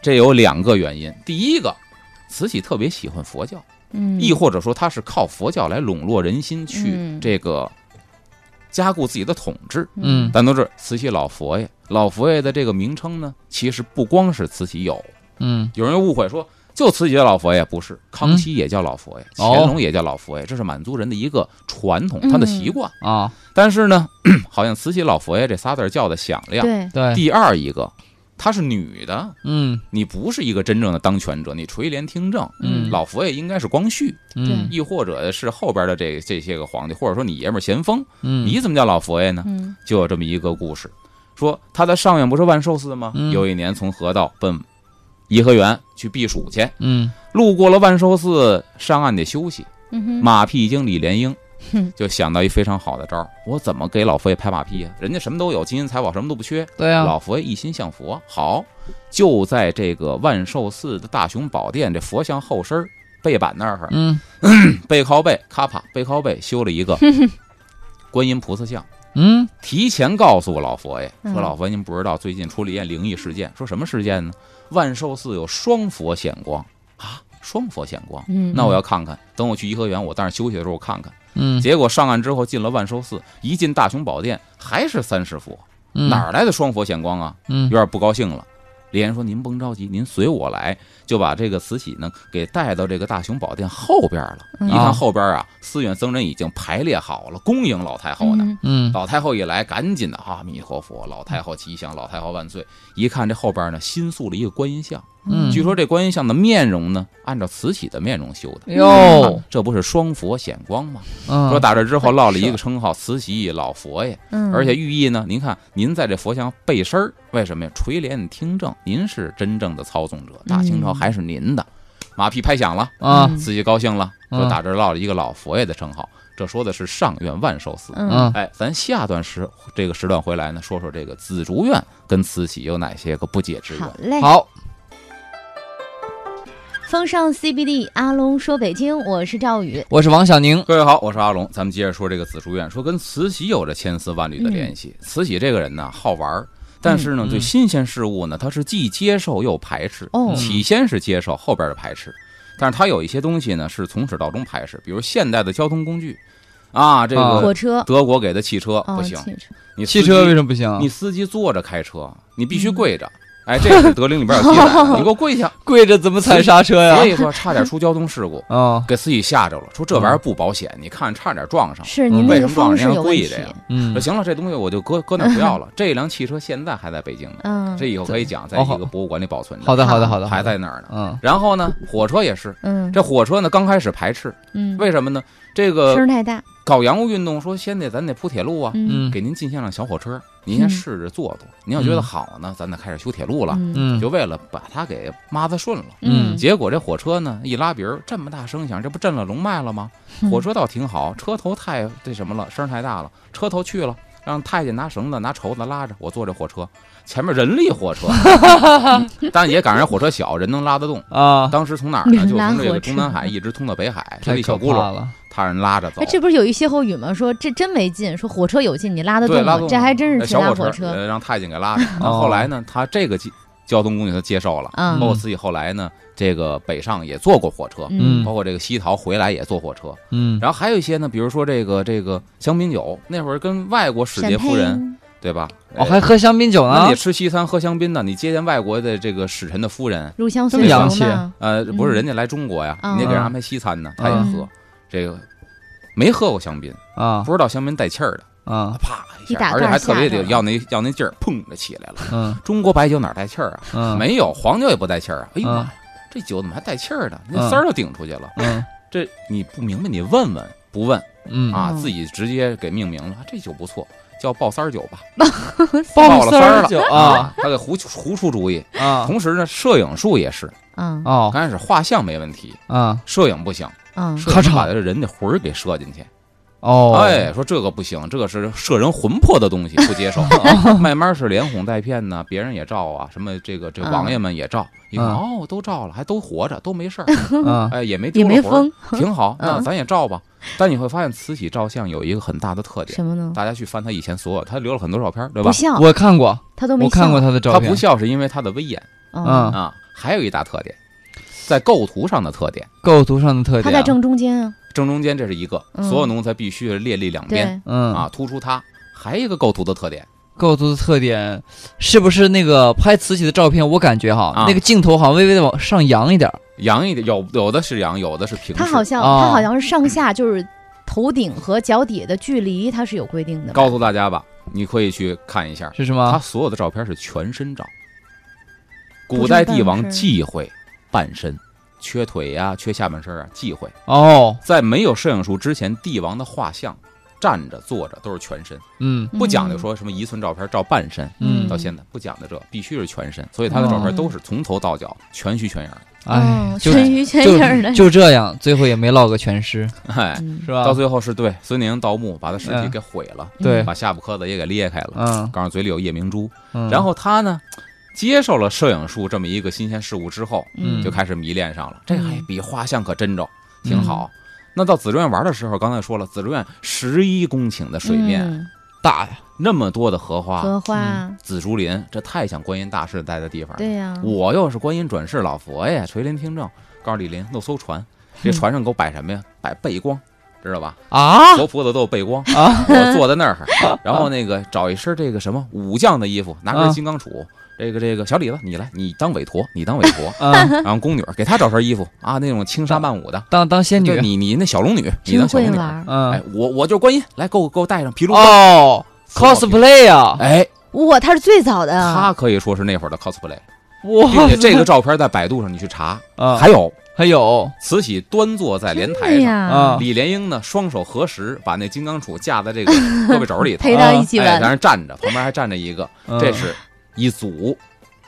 Speaker 3: 这有两个原因。第一个，慈禧特别喜欢佛教，
Speaker 1: 嗯，
Speaker 3: 亦或者说她是靠佛教来笼络人心，去
Speaker 1: 嗯
Speaker 3: 这个加固自己的统治。
Speaker 2: 嗯
Speaker 3: 咱都知道，慈禧老佛爷，老佛爷的这个名称呢，其实不光是慈禧有，
Speaker 2: 嗯
Speaker 3: 有人误会说就慈禧叫老佛爷，不是，康熙也叫老佛爷，
Speaker 2: 哦
Speaker 3: 乾隆也叫老佛爷，这是满族人的一个传统，
Speaker 1: 嗯
Speaker 3: 他的习惯。
Speaker 2: 啊
Speaker 3: 但是呢， 好像慈禧老佛爷这仨字儿叫的响亮。
Speaker 1: 对，
Speaker 2: 对
Speaker 3: 第二一个，她是女的，
Speaker 2: 嗯
Speaker 3: 你不是一个真正的当权者，你垂帘听政。
Speaker 2: 嗯
Speaker 3: 老佛爷应该是光绪，
Speaker 2: 嗯
Speaker 3: 亦或者是后边的这这些个皇帝，或者说你爷们儿咸丰，
Speaker 2: 嗯
Speaker 3: 你怎么叫老佛爷呢？
Speaker 1: 嗯
Speaker 3: 就有这么一个故事，说他在上院不是万寿寺吗
Speaker 2: 嗯？
Speaker 3: 有一年从河道奔颐和园去避暑去，
Speaker 2: 嗯
Speaker 3: 路过了万寿寺，上岸得休息。
Speaker 1: 嗯哼，
Speaker 3: 马屁精李莲英
Speaker 1: 哼
Speaker 3: 就想到一非常好的招儿，我怎么给老佛爷拍马屁呀、人家什么都有，金银财宝什么都不缺，
Speaker 2: 对啊
Speaker 3: 老佛爷一心向佛。好，就在这个万寿寺的大雄宝殿这佛像后身儿背板那儿，
Speaker 2: 嗯
Speaker 3: 背靠背，咔啪，背靠背修了一 个观音菩萨像。
Speaker 2: 嗯
Speaker 3: 提前告诉老佛爷，
Speaker 1: 嗯
Speaker 3: 说老佛爷您不知道，最近出了一件灵异事件。说什么事件呢？万寿寺有双佛显光啊，双佛显光。
Speaker 1: 嗯，
Speaker 3: 那我要看看，等我去颐和园，我在那儿休息的时候我看看。
Speaker 2: 嗯
Speaker 3: 结果上岸之后进了万寿寺，一进大雄宝殿还是三师佛，
Speaker 2: 嗯
Speaker 3: 哪儿来的双佛显光啊？有
Speaker 2: 嗯
Speaker 3: 点不高兴了。李岩说：“您甭着急，您随我来。”就把这个慈禧呢给带到这个大雄宝殿后边了。
Speaker 1: 嗯
Speaker 3: 一看后边啊，寺院僧人已经排列好了，恭迎老太后呢。
Speaker 1: 嗯
Speaker 2: 嗯
Speaker 3: 老太后一来，赶紧的，阿弥陀佛，老太后吉祥，老太后万岁。一看这后边呢，新塑了一个观音像，
Speaker 2: 嗯
Speaker 3: 据说这观音像的面容呢，按照慈禧的面容修的。
Speaker 2: 哟
Speaker 3: 这不是双佛显光吗？
Speaker 2: 嗯
Speaker 3: 说打这之后
Speaker 2: 嗯
Speaker 3: 落了一个称号“慈禧老佛爷”，
Speaker 1: 嗯，
Speaker 3: 而且寓意呢，您看您在这佛像背身儿，为什么呀？垂帘听政，您是真正的操纵者，大清朝
Speaker 1: 嗯
Speaker 3: 还是您的。马屁拍响了，
Speaker 2: 啊
Speaker 1: 嗯
Speaker 3: 慈禧高兴了，说
Speaker 2: 嗯
Speaker 3: 打这落了一个老佛爷的称号。这说的是上院万寿寺。
Speaker 1: 嗯
Speaker 2: 嗯
Speaker 3: 哎，咱下段时这个时段回来呢，说说这个紫竹院跟慈禧有哪些个嗯不解之
Speaker 1: 好
Speaker 3: 缘。
Speaker 1: 嘞，
Speaker 2: 好
Speaker 1: 风尚 CBD，阿龙说北京，我是赵宇，
Speaker 2: 我是王小宁
Speaker 3: 各位好，我是阿龙，咱
Speaker 1: 嗯
Speaker 3: 们接着说这个紫竹院，说跟慈禧有着千丝万缕的联系。慈禧这个人呢，好玩儿，但是呢，
Speaker 2: 嗯
Speaker 3: 对
Speaker 2: 嗯
Speaker 3: 新鲜事物呢，它是既接受又排斥。
Speaker 1: 哦
Speaker 3: 起先是接受，后边是排斥。但是它有一些东西呢，是从始到终排斥，比如现代的交通工具，啊，这
Speaker 2: 啊
Speaker 3: 个
Speaker 1: 火车
Speaker 3: 德国给的汽车
Speaker 1: 哦
Speaker 3: 呃不行，
Speaker 1: 汽车
Speaker 3: 你司
Speaker 2: 汽
Speaker 3: 机
Speaker 2: 车为什么不行？
Speaker 3: 你司机坐着开车，你
Speaker 2: 嗯
Speaker 3: 必须跪着。哎，这个是德龄里边有记载 的，你给我跪下。
Speaker 2: 跪着怎么踩刹车呀
Speaker 3: 所？以说差点出交通事故，
Speaker 2: 啊，
Speaker 3: 给司机吓着了，说这玩意儿不保险，你看差点撞上。
Speaker 1: 是
Speaker 2: 嗯
Speaker 1: 您
Speaker 2: 为
Speaker 1: 那
Speaker 3: 啊什
Speaker 1: 个
Speaker 3: 么撞
Speaker 1: 方
Speaker 3: 人
Speaker 1: 式
Speaker 3: 家
Speaker 1: 有问
Speaker 3: 跪
Speaker 1: 题
Speaker 3: 着呀，
Speaker 2: 嗯
Speaker 3: 说，行了，这东西我就搁搁那儿不要了。这辆汽车现在还在北京呢，
Speaker 1: 嗯，
Speaker 3: 这以后可以讲，在
Speaker 2: 哦
Speaker 3: 一
Speaker 2: 好
Speaker 3: 个博物馆里保存着，
Speaker 2: 好的，好的，好的，
Speaker 3: 还在那儿呢。
Speaker 2: 嗯
Speaker 3: 然后呢，火车也是，
Speaker 1: 嗯
Speaker 3: 这火车呢刚开始排斥，
Speaker 1: 嗯
Speaker 3: 为呃什么呢？这
Speaker 1: 声
Speaker 3: 个
Speaker 1: 儿太大，
Speaker 3: 搞洋务运动说，先得咱得铺铁路啊，
Speaker 1: 嗯
Speaker 2: 嗯
Speaker 3: 给您进项辆小火车，您先试着坐坐。您要觉得好呢，咱再开始修铁路了，
Speaker 1: 嗯
Speaker 2: 嗯
Speaker 3: 就为了把它给抹子顺了。
Speaker 2: 嗯
Speaker 3: 结果这火车呢一拉鼻儿，这么大声响，这不震了龙脉了吗？
Speaker 1: 嗯
Speaker 3: 火车倒挺好，车头太这什么了，声儿太大了，车头去了。让太监拿绳子、拿绸子拉着我坐这火车，前面人力火车，但也赶上火车小，人能拉得动。
Speaker 2: 啊，
Speaker 3: 当时从哪儿呢？就
Speaker 1: 拉
Speaker 3: 从这
Speaker 1: 火
Speaker 3: 个
Speaker 1: 车
Speaker 3: 中南海一直通到北海，这
Speaker 2: 太
Speaker 3: 一小
Speaker 2: 可
Speaker 3: 轱
Speaker 2: 怕
Speaker 3: 辘，
Speaker 2: 了。
Speaker 3: 他人拉着走
Speaker 1: 哎，。这不是有一歇后语吗？说这真没劲，说火车有劲，你拉得
Speaker 3: 对，
Speaker 1: 动
Speaker 3: 拉
Speaker 1: 吗
Speaker 3: 动？
Speaker 1: 这还真是
Speaker 3: 哎
Speaker 1: 骑
Speaker 3: 小
Speaker 1: 拉
Speaker 3: 火
Speaker 1: 火
Speaker 3: 车，
Speaker 1: 车，
Speaker 3: 呃让太监给拉着。然后后来呢，他这个交交通工具他接受了，
Speaker 1: 嗯
Speaker 3: 包括自己后来呢，这个北上也坐过火车，
Speaker 2: 嗯
Speaker 3: 包括这个西逃回来也坐火车。
Speaker 2: 嗯，
Speaker 3: 然后还有一些呢，比如说这个这个香槟酒，那会儿跟外国使
Speaker 1: 闪
Speaker 3: 节夫
Speaker 1: 配
Speaker 3: 人，对吧？
Speaker 2: 哦，
Speaker 3: 哎
Speaker 2: 还喝香槟酒
Speaker 3: 那
Speaker 2: 呢
Speaker 3: 你，吃西餐喝香槟呢？你接见外国的这个使臣的夫人，
Speaker 1: 入乡
Speaker 2: 这
Speaker 1: 随
Speaker 2: 么洋
Speaker 1: 俗
Speaker 2: 气
Speaker 1: 嘛，
Speaker 3: 呃，不是
Speaker 1: 嗯
Speaker 3: 人家来中国呀，
Speaker 1: 嗯
Speaker 3: 你得给人安排西餐呢，他也喝
Speaker 1: 嗯。
Speaker 3: 这个没喝过香槟，
Speaker 2: 啊
Speaker 3: 不知道香槟带气儿的，
Speaker 2: 啊
Speaker 3: 啪一
Speaker 1: 一
Speaker 3: 下，
Speaker 1: 打
Speaker 3: 而且
Speaker 1: 盖
Speaker 3: 还特别
Speaker 1: 吓
Speaker 3: 得
Speaker 1: 着
Speaker 3: 要那要那劲儿，砰就起来了。
Speaker 2: 嗯
Speaker 3: 中国白酒哪带气儿啊？
Speaker 2: 嗯，
Speaker 3: 没有，黄酒也不带气儿啊。哎呦
Speaker 2: 嗯
Speaker 3: 妈呀，这酒怎么还带气儿呢？
Speaker 2: 嗯
Speaker 3: 那丝儿都顶出去了。
Speaker 2: 嗯
Speaker 3: 这你不明白，你问问，不问
Speaker 2: 嗯
Speaker 3: 啊，
Speaker 1: 嗯
Speaker 3: 自己直接给命名了。这酒不错，叫爆三儿酒吧，
Speaker 2: 爆
Speaker 3: 爆了
Speaker 2: 三
Speaker 3: 儿
Speaker 2: 酒
Speaker 3: 了
Speaker 2: 啊！
Speaker 3: 他给胡胡出主意。
Speaker 2: 啊
Speaker 3: 同时呢，摄影术也是，
Speaker 1: 嗯
Speaker 2: 哦
Speaker 3: 刚开始画像没问题，
Speaker 2: 啊
Speaker 3: 摄影不行，
Speaker 1: 嗯
Speaker 3: 摄
Speaker 2: 咔
Speaker 3: 影
Speaker 2: 嚓
Speaker 3: 把这人的魂儿给摄进去。
Speaker 2: 哦，
Speaker 3: 哎，说这个不行，这个是摄人魂魄的东西，不接受。啊慢慢是连哄带骗呢，别人也照啊，什么这个这
Speaker 1: 嗯
Speaker 3: 王爷们也照，一看
Speaker 2: 嗯
Speaker 3: 哦，都照了，还都活着，都没事儿，
Speaker 2: 啊
Speaker 3: 哎，也没
Speaker 1: 也
Speaker 3: 丢
Speaker 1: 没
Speaker 3: 了魂儿，
Speaker 1: 疯，
Speaker 3: 挺好。那
Speaker 1: 嗯
Speaker 3: 咱也照吧。但你会发现，慈禧照相有一个很大的特点，
Speaker 1: 什么呢？
Speaker 3: 大家去翻她以前所有，她留了很多照片，对
Speaker 1: 嗯
Speaker 3: 吧
Speaker 1: 不？笑，
Speaker 2: 我看过，
Speaker 1: 他都没
Speaker 2: 我看过他的照
Speaker 3: 她
Speaker 2: 片
Speaker 3: 不，笑是因为她的威严
Speaker 1: 嗯
Speaker 2: 嗯
Speaker 3: 啊，还有一大特点，在构图上的特点。
Speaker 2: 构图上的特
Speaker 1: 他
Speaker 2: 点
Speaker 1: 在，正中间啊，
Speaker 3: 正中间这是一个，
Speaker 1: 嗯
Speaker 3: 所有奴才必须列立两边
Speaker 1: 对，
Speaker 2: 嗯
Speaker 3: 啊，，突出它。还有一个构图的特点，
Speaker 2: 构图的特点是不是那个拍慈禧的照片？我感觉哈，
Speaker 3: 啊
Speaker 2: 那个镜头好像微微的往上扬一点儿，
Speaker 3: 扬一点，有有的是扬，有的是平
Speaker 1: 他
Speaker 3: 视
Speaker 1: 好像
Speaker 2: 哦
Speaker 1: 他好像是上下就是头顶和脚底的距离，它是有规定的吧。
Speaker 3: 告诉大家吧，你可以去看一下，
Speaker 2: 是什
Speaker 1: 啊
Speaker 3: 他
Speaker 2: 么？
Speaker 3: 所有的照片是全身照。
Speaker 1: 不
Speaker 3: 古
Speaker 1: 是
Speaker 3: 代帝王
Speaker 1: 半身
Speaker 3: 忌讳半身，缺腿呀、缺下半身啊，忌讳。
Speaker 2: 哦，
Speaker 3: 在没有摄影术之前，帝王的画像，站着、坐着都是全身，
Speaker 2: 嗯
Speaker 1: 嗯
Speaker 3: 不讲究说什么一寸照片照半身。
Speaker 2: 嗯
Speaker 3: 到现在不讲究这，必须是全身，所以他的照片都是从头到脚全虚全影儿。
Speaker 2: 哎
Speaker 1: 嗯，
Speaker 2: 就
Speaker 1: 全鱼全影儿的，
Speaker 2: 就这样，最后也没落个全尸，
Speaker 3: 哎，
Speaker 1: 嗯
Speaker 2: 是吧？
Speaker 3: 到最后是对孙宁盗墓，把他尸体
Speaker 2: 嗯
Speaker 3: 给毁了，
Speaker 2: 对
Speaker 3: 把下巴颏子也给裂开了，
Speaker 2: 嗯
Speaker 3: 刚上嘴里有夜明珠，
Speaker 2: 嗯，
Speaker 3: 然后他呢，接受了摄影术这么一个新鲜事物之后，
Speaker 2: 嗯
Speaker 3: 就开始迷恋上了。这还
Speaker 1: 嗯
Speaker 3: 比画像可真着，挺好。那到紫竹院玩的时候，刚才说了，紫竹院十一公顷的水面，啊嗯
Speaker 1: 嗯
Speaker 2: 大呀，
Speaker 3: 那么多的荷花、
Speaker 1: 荷花，
Speaker 3: 紫竹林，这太像观音大士待的地方了。
Speaker 1: 对呀，
Speaker 3: 我又是观音转世老佛爷，垂帘听政。告诉李林，弄艘
Speaker 2: 嗯
Speaker 3: 船，这船上给我摆什么呀？摆背光，知道吧？
Speaker 2: 啊
Speaker 3: 佛菩萨都有背光，
Speaker 2: 啊，
Speaker 3: 我坐在那儿，然后那个找一身这个什么武将的衣服，拿根金刚杵，这个这个小李子你来，你当韦陀，你当韦陀
Speaker 2: 啊，
Speaker 3: 然后宫女儿给她找身衣服啊，那种轻纱曼舞的，
Speaker 2: 当当啊仙女
Speaker 3: 对，你你那小龙女，你
Speaker 1: 真
Speaker 3: 当小
Speaker 1: 会
Speaker 3: 龙女
Speaker 1: 玩
Speaker 3: 儿，
Speaker 1: 儿。
Speaker 3: 哎
Speaker 2: 嗯，
Speaker 3: 我我就是观音，来给我给我戴上皮鹿冠，
Speaker 2: 哦
Speaker 3: 四毛皮
Speaker 2: ，cosplay 啊，
Speaker 3: 哎，
Speaker 1: 哇，他是最早的啊，
Speaker 3: 她可以说是那会儿的 cosplay，并
Speaker 1: 哦
Speaker 2: 哇
Speaker 3: 且，哎这个照片在百度上你去查，
Speaker 2: 啊还
Speaker 3: 还有
Speaker 2: 还有
Speaker 3: 慈禧端坐在莲台
Speaker 1: 对哎
Speaker 3: 上。
Speaker 1: 呀
Speaker 2: 啊，
Speaker 3: 李莲英呢，双手合十，把那金刚杵架在 这个胳膊肘里头，
Speaker 1: 陪到一起
Speaker 3: 哎，在
Speaker 1: 玩，
Speaker 3: 那站着，旁边还站着一个，
Speaker 2: 嗯
Speaker 1: 嗯
Speaker 3: 这是一组，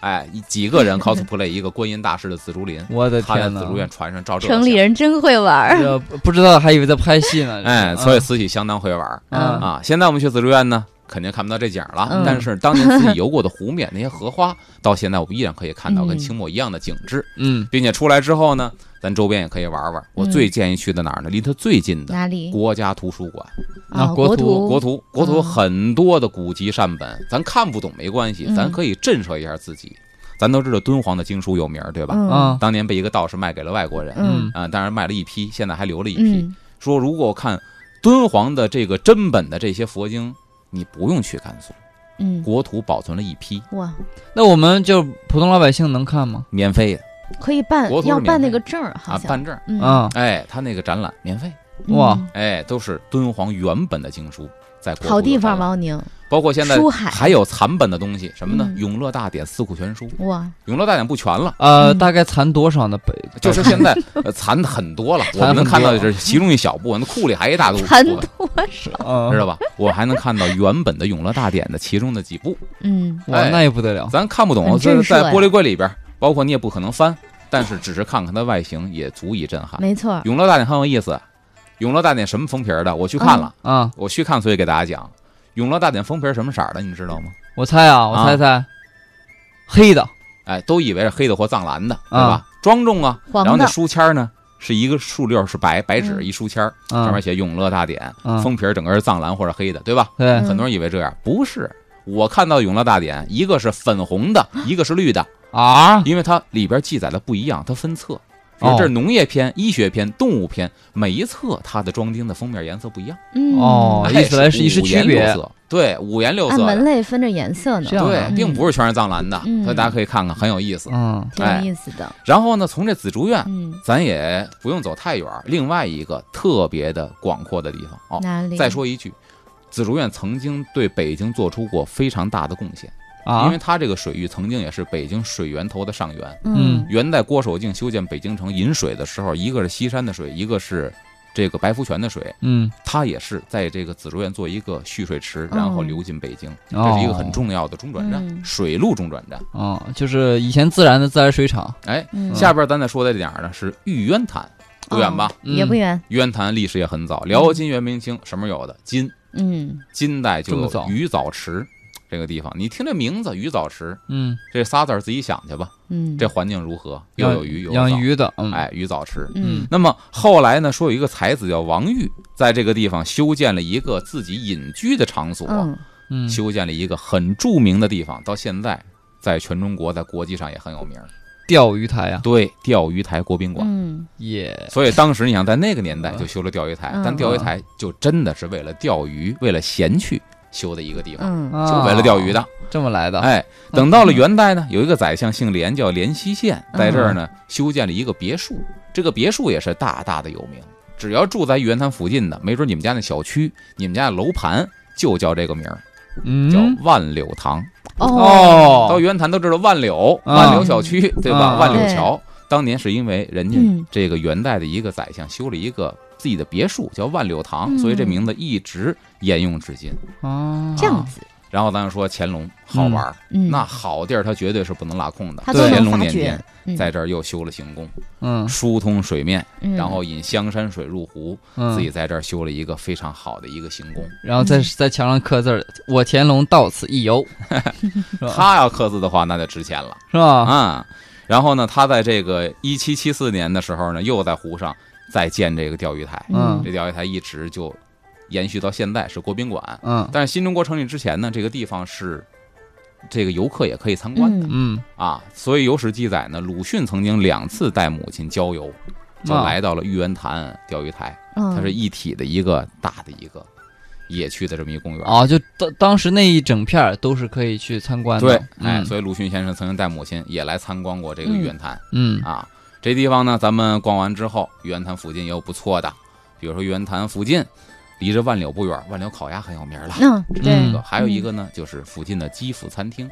Speaker 3: 哎，一几 个人 cosplay 一个观音大师的紫竹林
Speaker 2: 嗯，我的
Speaker 3: 他在
Speaker 2: 天
Speaker 3: 紫
Speaker 2: 呐，
Speaker 3: 竹院船上照这个嗯
Speaker 1: 城里
Speaker 3: 相，
Speaker 1: 人真会玩儿。
Speaker 2: 这不知道还以为在拍戏呢，
Speaker 3: 哎哎，所以慈禧相当会玩儿
Speaker 2: 啊
Speaker 1: 嗯
Speaker 3: 啊。现在我们去紫竹院呢，肯定看不到这景儿了。
Speaker 1: 嗯
Speaker 3: 但是当年自己游过的 湖面那些荷花，到现在我们依然可以看到跟
Speaker 1: 嗯
Speaker 3: 清末一样的景致，
Speaker 2: 嗯
Speaker 3: 并且出来之后呢，咱周边也可以玩玩。我最建议去的哪儿呢？离它最近的
Speaker 1: 嗯哪里？
Speaker 3: 国家图书馆。
Speaker 2: 啊
Speaker 1: 哦
Speaker 2: 国
Speaker 1: 国
Speaker 2: 图
Speaker 3: 国图国图
Speaker 1: 哦
Speaker 3: 很多的古籍善本，咱看不懂没关系，咱
Speaker 1: 嗯
Speaker 3: 可以震慑一下自己。咱都知道敦煌的经书有名儿，对吧？
Speaker 1: 嗯
Speaker 2: 啊
Speaker 3: 当年被一个道士卖给了外国人，
Speaker 1: 嗯
Speaker 3: 啊，当然卖了一批，现在还留了一批。
Speaker 1: 嗯
Speaker 3: 说如果看敦煌的这个真本的这些佛经，你不用去甘肃，
Speaker 1: 嗯，
Speaker 3: 国土保存了一批，
Speaker 1: 哇，
Speaker 2: 那我们就普通老百姓能看吗？
Speaker 3: 免费的
Speaker 1: 可以办
Speaker 3: 国图是
Speaker 1: 要办那
Speaker 3: 免费
Speaker 1: 个证儿，好
Speaker 3: 啊，
Speaker 1: 像
Speaker 3: 办证儿。
Speaker 1: 嗯
Speaker 2: 啊，
Speaker 3: 哎，他那个展览免费，
Speaker 1: 嗯
Speaker 2: 哇
Speaker 3: 哎，都是敦煌原本的经书，在国
Speaker 1: 好
Speaker 3: 图的
Speaker 1: 地方，
Speaker 3: 展览？
Speaker 1: 毛宁
Speaker 3: 包括现在
Speaker 1: 书海
Speaker 3: 还有残本的东西，什么呢？
Speaker 1: 嗯
Speaker 3: 永乐大典》《四库全书》，《
Speaker 1: 哇，
Speaker 3: 永乐大典》不全 了。
Speaker 2: 呃，
Speaker 1: 嗯
Speaker 2: 大概残多少呢？北
Speaker 3: 就是现在呃残的很多 了，我
Speaker 2: 残
Speaker 3: 们能
Speaker 2: 很
Speaker 3: 看到
Speaker 2: 多
Speaker 3: 的是其中一小部分，那库里还一大部
Speaker 1: 残
Speaker 3: 分，
Speaker 1: 多少？
Speaker 2: 啊，
Speaker 3: 知道吧？我还能看到原本的《永乐大典》的其中的几部，
Speaker 1: 嗯
Speaker 2: 哇，
Speaker 3: 哎
Speaker 2: 那也不得了。
Speaker 3: 咱看不懂，
Speaker 1: 很
Speaker 3: 在
Speaker 1: 震
Speaker 3: 在
Speaker 1: 慑呀
Speaker 3: 玻璃柜里边，包括你也不可能翻，但是只是看看它外形也足以震撼。《
Speaker 1: 没错儿，
Speaker 3: 永乐大典》很有意思，《永乐大典》什么封皮儿的？我去看了，
Speaker 2: 啊，
Speaker 3: 我去看，所以给大家讲，《永乐大典》封皮儿什么色儿的，你知道吗？
Speaker 2: 我猜啊，我猜猜，黑的
Speaker 3: 哎，都以为是黑的或藏蓝的，
Speaker 2: 啊
Speaker 3: 对吧？庄重啊，
Speaker 1: 黄
Speaker 3: 然后那
Speaker 1: 的
Speaker 3: 书签儿呢？是一个竖溜儿是白白纸
Speaker 1: 嗯
Speaker 3: 一书签儿，上
Speaker 2: 啊
Speaker 3: 面，写《永乐大典》，
Speaker 2: 嗯
Speaker 3: 封皮儿整个是藏蓝或者黑的，对吧？
Speaker 2: 对，
Speaker 1: 嗯
Speaker 3: 很多人以为这样，不是。我看到《永乐大典》，一个是粉红 的，一个是绿的，
Speaker 1: 嗯
Speaker 2: 啊，
Speaker 3: 因为它里边记载的不一样，它分册。比如
Speaker 2: 哦
Speaker 3: 这是农业篇、医学篇、动物篇，每一册它的装订的封面颜色不一样，
Speaker 1: 嗯
Speaker 2: 哦
Speaker 3: 它也
Speaker 2: 意思来是一是
Speaker 3: 五颜
Speaker 2: 区别
Speaker 3: 六色，对，五颜六
Speaker 1: 按
Speaker 3: 色
Speaker 1: 门
Speaker 3: 的，
Speaker 1: 类分着颜色呢
Speaker 2: 这，样
Speaker 3: 对
Speaker 2: 啊，
Speaker 3: 并不是全是藏蓝的，
Speaker 1: 嗯
Speaker 3: 所以大家可以看看，很有意思。
Speaker 2: 嗯，
Speaker 1: 挺有意思的。
Speaker 3: 然后呢，从这紫竹院，
Speaker 1: 嗯，
Speaker 3: 咱也不用走太远，另外一个特别的广阔的地方哦。
Speaker 1: 哪里？
Speaker 3: 再说一句，紫竹院曾经对北京做出过非常大的贡献。因
Speaker 2: 啊
Speaker 3: 为，它这个水域曾经也是北京水源头的上源。
Speaker 1: 嗯，
Speaker 3: 元代郭守敬修建北京城引水的时候，一个是西山的水，一个是这个白福泉的水，
Speaker 2: 嗯，
Speaker 3: 它也是在这个紫竹院做一个蓄水池，
Speaker 1: 哦
Speaker 3: 然后流进北京，
Speaker 2: 哦
Speaker 3: 这是一个很重要的中转站，
Speaker 1: 嗯
Speaker 3: 水路中转站。
Speaker 2: 啊，就是以前自然的自来水厂，
Speaker 3: 哎，
Speaker 1: 嗯
Speaker 3: 下边咱再说的点儿呢是玉渊潭，不远吧？
Speaker 1: 哦也不远。
Speaker 3: 玉渊潭历史也很早，辽金元明清什么时候有的？金
Speaker 1: 嗯，
Speaker 3: 金代就
Speaker 2: 这么
Speaker 3: 有
Speaker 2: 早
Speaker 3: 鱼藻池这个地方，你听这名字鱼藻池
Speaker 2: 嗯，
Speaker 3: 这仨字儿自己想去吧。
Speaker 1: 嗯，
Speaker 3: 这环境如何？又有鱼，又有
Speaker 2: 养
Speaker 3: 藻，
Speaker 2: 鱼的，嗯，
Speaker 3: 哎，鱼藻池。
Speaker 1: 嗯
Speaker 3: 那么后来呢，说有一个才子叫王玉，在这个地方修建了一个自己隐居的场所，
Speaker 1: 嗯
Speaker 2: 嗯，
Speaker 3: 修建了一个很著名的地方，到现在在全中国在国际上也很有名儿。
Speaker 2: 钓鱼台啊，
Speaker 3: 对，钓鱼台国宾馆。
Speaker 1: 嗯
Speaker 2: 也，
Speaker 3: 所以当时你想，在那个年代就修了钓鱼台，
Speaker 1: 嗯
Speaker 3: 但钓鱼台就真的是为了钓鱼、为了闲去修的一个地方，
Speaker 1: 嗯
Speaker 2: 啊
Speaker 3: 就为了钓鱼的。
Speaker 2: 这么来的，
Speaker 3: 哎，
Speaker 2: 嗯，
Speaker 3: 等到了元代呢，有一个宰相姓连，叫连希县，
Speaker 1: 嗯
Speaker 3: 在这儿呢修建了一个别墅，这个别墅也是大大的有名。只要住在玉渊潭附近的，没准你们家那小区、你们家的楼盘就叫这个名儿，叫
Speaker 2: 嗯，
Speaker 3: 万柳堂。
Speaker 1: 哦，
Speaker 3: 到
Speaker 2: 哦
Speaker 3: 玉，渊潭都知道万柳，
Speaker 2: 啊
Speaker 3: 万柳小区对吧？
Speaker 2: 啊
Speaker 3: 万柳桥，当年是因为人家
Speaker 1: 嗯
Speaker 3: 这个元代的一个宰相修了一个自己的别墅，叫万柳堂，
Speaker 1: 嗯
Speaker 3: 所以这名字一直沿用至今。哦
Speaker 2: 啊，
Speaker 1: 这样子，
Speaker 3: 然后咱就说乾隆好玩儿，
Speaker 1: 嗯，
Speaker 3: 那好地儿它绝对是不能拉空的。
Speaker 1: 他都
Speaker 2: 对
Speaker 1: 能
Speaker 3: 乾隆
Speaker 1: 发
Speaker 3: 年间
Speaker 1: 觉，，嗯
Speaker 3: 在这儿又修了行宫，
Speaker 2: 嗯，
Speaker 3: 疏通水面，
Speaker 1: 嗯
Speaker 3: 然后引香山水入湖，
Speaker 2: 嗯
Speaker 3: 自己在这儿修了一个非常好的一个行宫。
Speaker 2: 然后在
Speaker 1: 嗯
Speaker 2: 在墙上刻字儿，我乾隆到此一游， 是吧？
Speaker 3: 他要刻字的话，那就值钱了
Speaker 2: 是吧？
Speaker 3: 啊。然后呢，他在这个一七七四年的时候呢，又在湖上再建这个钓鱼台，
Speaker 2: 嗯
Speaker 3: 这钓鱼台一直就延续到现在是国宾馆。
Speaker 2: 嗯
Speaker 3: 但是新中国成立之前呢，这个地方是这个游客也可以参观的。
Speaker 1: 嗯
Speaker 2: 嗯，
Speaker 3: 啊，所以有史记载呢，鲁迅曾经两次带母亲郊游，就
Speaker 2: 啊
Speaker 3: 来到了玉渊潭钓鱼台，
Speaker 1: 嗯
Speaker 3: 它是一体的一个大的一个野区的这么一公园。
Speaker 2: 哦，就当当时那一整片儿都是可以去参观的，
Speaker 3: 对，哎，
Speaker 2: 嗯
Speaker 3: 所以鲁迅先生曾经带母亲也来参观过这个
Speaker 1: 嗯
Speaker 3: 玉渊潭
Speaker 2: 嗯
Speaker 3: 啊。这地方呢，咱们逛完之后，玉渊潭附近也有不错的，比如说玉渊潭附近，离着万柳不远，万柳烤鸭很有名了。
Speaker 1: 嗯
Speaker 3: 这是一
Speaker 1: 对
Speaker 3: 个，还有一个呢，就是附近的基辅餐厅。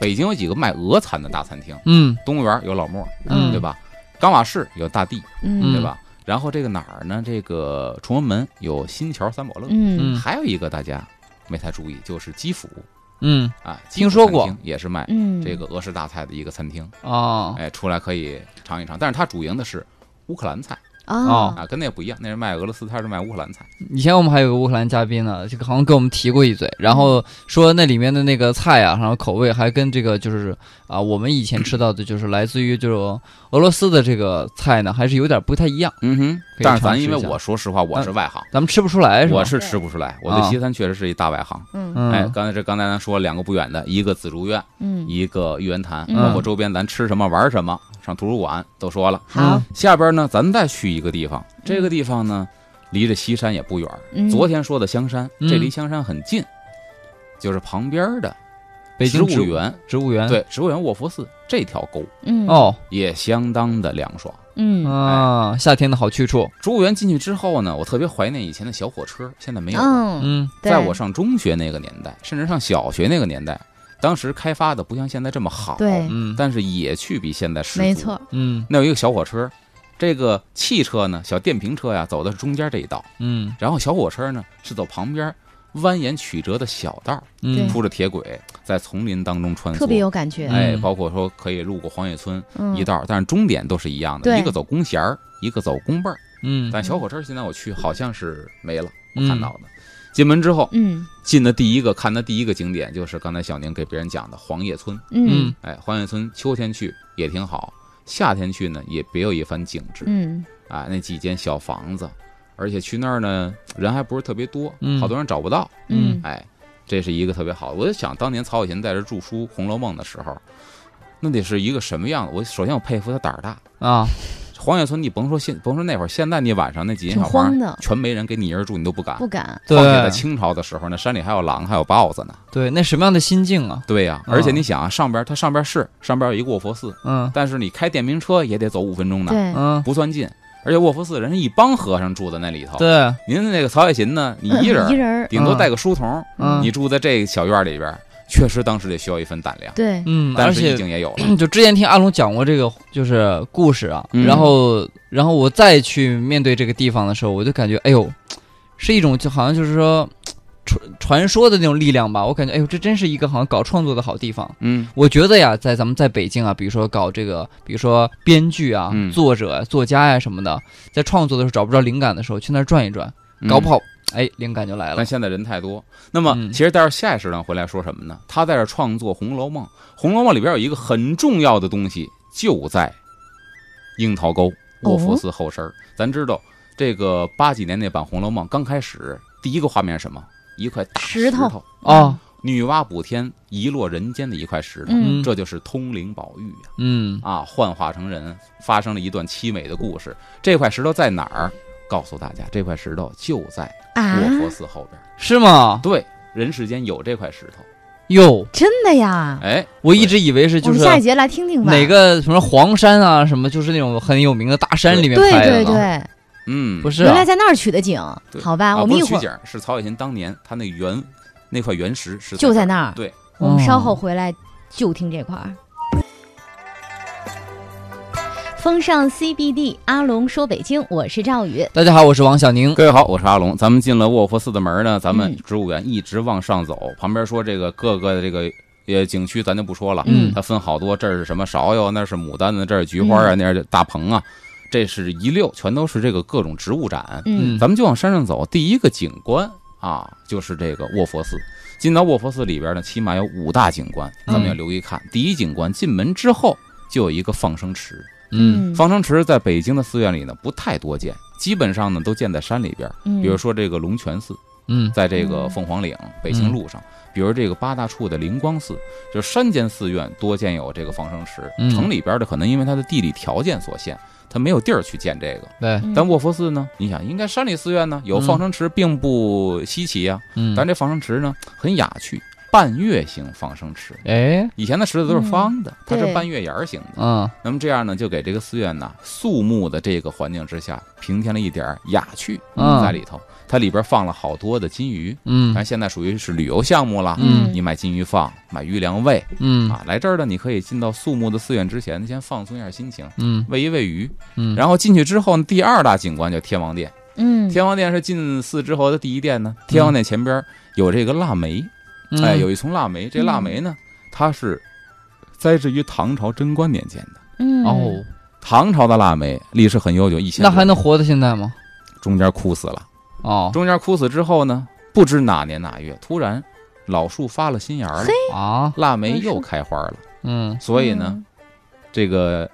Speaker 3: 北京有几个卖鹅餐的大餐厅，
Speaker 2: 嗯
Speaker 3: 动物园有老莫，
Speaker 2: 嗯
Speaker 3: 对吧？冈瓦市有大地，
Speaker 1: 嗯
Speaker 3: 对吧？然后这个哪儿呢？这个崇文门有新桥三宝乐，
Speaker 1: 嗯
Speaker 2: 嗯
Speaker 3: 还有一个大家没太注意，就是基辅
Speaker 2: 嗯
Speaker 3: 啊，
Speaker 2: 听说过
Speaker 3: 基辅餐厅也是卖
Speaker 1: 嗯，
Speaker 3: 这个俄式大菜的一个餐厅，
Speaker 2: 哦
Speaker 3: 哎，出来可以尝一尝。但是它主营的是乌克兰菜，
Speaker 1: 哦，
Speaker 3: 啊，跟那不一样，那是卖俄罗斯，他是卖乌克兰菜。
Speaker 2: 以前我们还有个乌克兰嘉宾呢，这个好像跟我们提过一嘴，然后说那里面的那个菜啊，然后口味还跟这个就是啊，我们以前吃到的就是来自于就是俄罗斯的这个菜呢，还是有点不太一样，
Speaker 3: 嗯哼
Speaker 2: 可以
Speaker 3: 但是
Speaker 2: 尝
Speaker 3: 咱
Speaker 2: 试
Speaker 3: 因为
Speaker 2: 一下
Speaker 3: 我说实话，我是外行，
Speaker 2: 咱们吃不出来是吧？
Speaker 3: 我是吃不出来，我对
Speaker 2: 啊
Speaker 3: 西餐确实是一大外行。
Speaker 1: 嗯
Speaker 2: 嗯，
Speaker 3: 哎，刚才这刚才咱说了两个不远的，一个紫竹院，
Speaker 1: 嗯，
Speaker 3: 一个玉渊潭，
Speaker 1: 嗯
Speaker 3: 包括周边咱吃什么玩什么，上图书馆都说了。
Speaker 1: 好，
Speaker 3: 下边呢，咱再去一个地
Speaker 2: 嗯
Speaker 3: 方，这个地方呢，离着西山也不远。
Speaker 1: 嗯
Speaker 3: 昨天说的香山，
Speaker 2: 嗯
Speaker 3: 这离香山很近，就是旁边的
Speaker 2: 北
Speaker 3: 植
Speaker 2: 京
Speaker 3: 物园，
Speaker 2: 植物园，
Speaker 3: 对，植物园卧佛寺这条沟
Speaker 1: 嗯
Speaker 2: 哦
Speaker 3: 也相当的凉爽。
Speaker 1: 嗯
Speaker 3: 哎
Speaker 2: 啊，夏天的好去处，
Speaker 3: 植物园进去之后呢，我特别怀念以前的小火车，现在没有了。
Speaker 1: 嗯，
Speaker 2: 嗯
Speaker 1: 对
Speaker 3: 在我上中学那个年代，甚至上小学那个年代，当时开发的不像现在这么好，
Speaker 1: 对，
Speaker 2: 嗯
Speaker 3: 但是也去比现在十足。
Speaker 1: 没错，，
Speaker 2: 嗯
Speaker 3: 那有一个小火车，这个汽车呢，小电瓶车呀，走的是中间这一道，
Speaker 2: 嗯
Speaker 3: 然后小火车呢是走旁边蜿蜒曲折的小道，
Speaker 1: 对
Speaker 2: 嗯，
Speaker 3: 铺着铁轨，在丛林当中穿梭，
Speaker 1: 特别有感觉。
Speaker 3: 哎，
Speaker 2: 嗯
Speaker 3: 包括说可以路过黄野村
Speaker 1: 嗯
Speaker 3: 一，道，但是终点都是一样的，
Speaker 1: 对
Speaker 3: 一个走弓弦儿，一个走弓背儿。
Speaker 2: 嗯
Speaker 3: 但小火车现在我去好像是没了，我
Speaker 2: 嗯
Speaker 3: 看到的。进门之后，
Speaker 1: 嗯
Speaker 3: 进的第一个看的第一个景点就是刚才小宁给别人讲的黄叶村。
Speaker 1: 嗯
Speaker 2: 嗯
Speaker 3: 哎，黄叶村秋天去也挺好，夏天去呢也别有一番景致。
Speaker 1: 嗯
Speaker 3: 啊，那几间小房子，而且去那儿呢人还不是特别多，
Speaker 2: 嗯
Speaker 3: 好多人找不到。
Speaker 1: 嗯
Speaker 3: 哎，这是一个特别好的。我就想当年曹雪芹在这著书《红楼梦》的时候，那得是一个什么样子？我首先我佩服他胆儿大。
Speaker 2: 啊，
Speaker 3: 黄叶村，你甭说现甭说那会儿，现在你晚上那几间
Speaker 1: 挺
Speaker 3: 小房
Speaker 1: 荒
Speaker 3: 儿啊
Speaker 1: 的，
Speaker 3: 全没人，给你一人住你都不敢。
Speaker 1: 啊不敢。
Speaker 2: 对
Speaker 3: 况且在清朝的时候，那山里还有狼，还有豹子呢。
Speaker 2: 对，那什么样的心境啊？
Speaker 3: 对呀、
Speaker 2: 嗯
Speaker 3: 而且你想啊，上边它上边是上边有一个卧佛寺，
Speaker 2: 嗯
Speaker 3: 但是你开电瓶车也得走五分钟呢，
Speaker 1: 对，
Speaker 2: 嗯，
Speaker 3: 不算近。而且卧佛寺人是一帮和尚住在那里头，
Speaker 2: 对，嗯
Speaker 3: 您那个曹雪芹呢，你一人
Speaker 1: 嗯一
Speaker 3: 儿，
Speaker 1: 人儿，
Speaker 3: 顶多带个书童，
Speaker 2: 嗯
Speaker 3: 你住在这个小院里边儿，确实当时得需要一份胆量，
Speaker 1: 对，
Speaker 2: 嗯，
Speaker 3: 但
Speaker 2: 而
Speaker 3: 是
Speaker 2: 且
Speaker 3: 已经也有 了。
Speaker 2: 就之前听阿龙讲过这个就是故事啊，
Speaker 3: 嗯
Speaker 2: 然后然后我再去面对这个地方的时候，我就感觉哎呦，是一种就好像就是说传传说的那种力量吧。我感觉哎呦，这真是一个好像搞创作的好地方。
Speaker 3: 嗯
Speaker 2: 我觉得呀，在咱们在北京啊，比如说搞这个，比如说编剧啊、
Speaker 3: 嗯
Speaker 2: 作者、作家呀、什么的，在创作的时候找不着灵感的时候，去那儿转一转，搞不
Speaker 3: 好。
Speaker 2: 好、哎，灵感就来了
Speaker 3: 但。现在人太多，那么
Speaker 2: 嗯
Speaker 3: 其实待会儿下一时段回来说什么呢？他在这创作《红楼梦》，《红楼梦》里边有一个很重要的东西，就在樱桃
Speaker 1: 哦
Speaker 3: 沟卧佛寺后身儿。咱知道这个八几年那版《红楼梦》刚开始第一个画面是什么？一块大
Speaker 1: 石头
Speaker 3: 头，
Speaker 2: 哦，
Speaker 3: 女娲补天遗落人间的一块石头，
Speaker 1: 嗯
Speaker 3: 这就是通灵宝玉呀、
Speaker 2: 嗯
Speaker 3: 啊，幻化成人，发生了一段凄美的故事。这块石头在哪儿？告诉大家，这块石头就在
Speaker 1: 啊，
Speaker 3: 卧佛寺后边。
Speaker 2: 是吗？
Speaker 3: 对，人世间有这块石头。
Speaker 2: 哟，
Speaker 1: 真的呀！
Speaker 3: 哎，
Speaker 2: 我一直以为是
Speaker 1: 我
Speaker 2: 就
Speaker 1: 们
Speaker 2: 是
Speaker 1: 下一节来听听吧。
Speaker 2: 哪？个什么黄山啊，什么就是那种很有名的大山里面
Speaker 1: 对
Speaker 2: 拍
Speaker 1: 对
Speaker 2: 的呢，
Speaker 1: 对，
Speaker 3: 嗯，
Speaker 2: 不
Speaker 3: 是，
Speaker 2: 是
Speaker 1: 原
Speaker 2: 啊、
Speaker 1: 来在那儿取的景，
Speaker 3: 对
Speaker 1: 好吧？
Speaker 3: 啊、
Speaker 1: 我们
Speaker 3: 不
Speaker 1: 一
Speaker 3: 是
Speaker 1: 会
Speaker 3: 取
Speaker 1: 儿
Speaker 3: 景，是曹雪芹当年他那原那块原石是
Speaker 1: 就在
Speaker 3: 那儿。
Speaker 1: 那儿。
Speaker 3: 对，
Speaker 1: 我们稍
Speaker 2: 哦
Speaker 1: 后回来就听这块儿。风尚 CBD，阿龙说北京，我是赵宇。
Speaker 2: 大家好，我是王小宁。
Speaker 3: 各位好，我是阿龙。咱们进了卧佛寺的门呢，咱们
Speaker 1: 嗯
Speaker 3: 植物园一直往上走，旁边说这个各个这个呃景区咱就不说了，
Speaker 2: 嗯
Speaker 3: 它分好多，这儿是什么芍药，那是牡丹呢，这是菊花
Speaker 1: 嗯
Speaker 3: 啊，那是大棚啊，这是一溜，全都是这个各种植物展。
Speaker 1: 嗯
Speaker 2: 嗯，
Speaker 3: 咱们就往山上走，第一个景观啊，就是这个卧佛寺。进到卧佛寺里边呢，起码有五大景观，咱们要留意看。第一景观，进门之后就有一个放生池。
Speaker 2: 嗯
Speaker 3: 放生池在北京的寺院里呢不太多见，基本上呢都建在山里边，
Speaker 1: 嗯，
Speaker 3: 比如说这个龙泉寺，
Speaker 2: 嗯
Speaker 3: 在这个凤凰岭北京路上；比如这个八大处的灵光寺，就是山间寺院多建有这个放生池。
Speaker 2: 嗯
Speaker 3: 城里边的可能因为它的地理条件所限，它没有地儿去建这个。
Speaker 2: 对，
Speaker 1: 嗯，
Speaker 3: 但卧佛寺呢？你想，应该山里寺院呢有
Speaker 2: 嗯
Speaker 3: 放生池，并不稀奇呀、
Speaker 2: 嗯，
Speaker 3: 但这放生池呢很雅趣，半月形放生池。
Speaker 2: 哎，
Speaker 3: 以前的池子都是方的，它是
Speaker 1: 对
Speaker 3: 半月沿儿形的。
Speaker 2: 嗯
Speaker 3: 那么这样呢，就给这个寺院呢肃穆的这个环境之下，平添了一点儿雅趣
Speaker 2: 嗯
Speaker 3: 在里头。它里边放了好多的金鱼，
Speaker 2: 嗯
Speaker 3: 但现在属于是旅游项目了。
Speaker 1: 嗯
Speaker 3: 你买金鱼放，买鱼粮喂
Speaker 2: 嗯
Speaker 3: 啊。来这儿呢，你可以进到肃穆的寺院之前，先放松一下心情，
Speaker 2: 嗯
Speaker 3: 喂一喂鱼。
Speaker 2: 嗯，
Speaker 3: 然后进去之后呢，第二大景观叫天王殿。
Speaker 1: 嗯，
Speaker 3: 天王殿是进寺之后的第一殿呢。天王殿前边有这个腊梅，
Speaker 2: 嗯
Speaker 3: 哎，有一丛腊梅。这腊梅呢，它是栽植于唐朝贞观年间的。
Speaker 1: 嗯
Speaker 2: 哦，
Speaker 3: 唐朝的腊梅历史很悠久，一千
Speaker 2: 那还能活到现在吗？
Speaker 3: 中间枯死了。
Speaker 2: 哦
Speaker 3: 中间枯死之后呢，不知哪年哪月，突然老树发了新芽儿了
Speaker 1: 嘿，
Speaker 2: 啊，
Speaker 3: 腊梅又开花了。
Speaker 2: 嗯，
Speaker 3: 所以呢，这个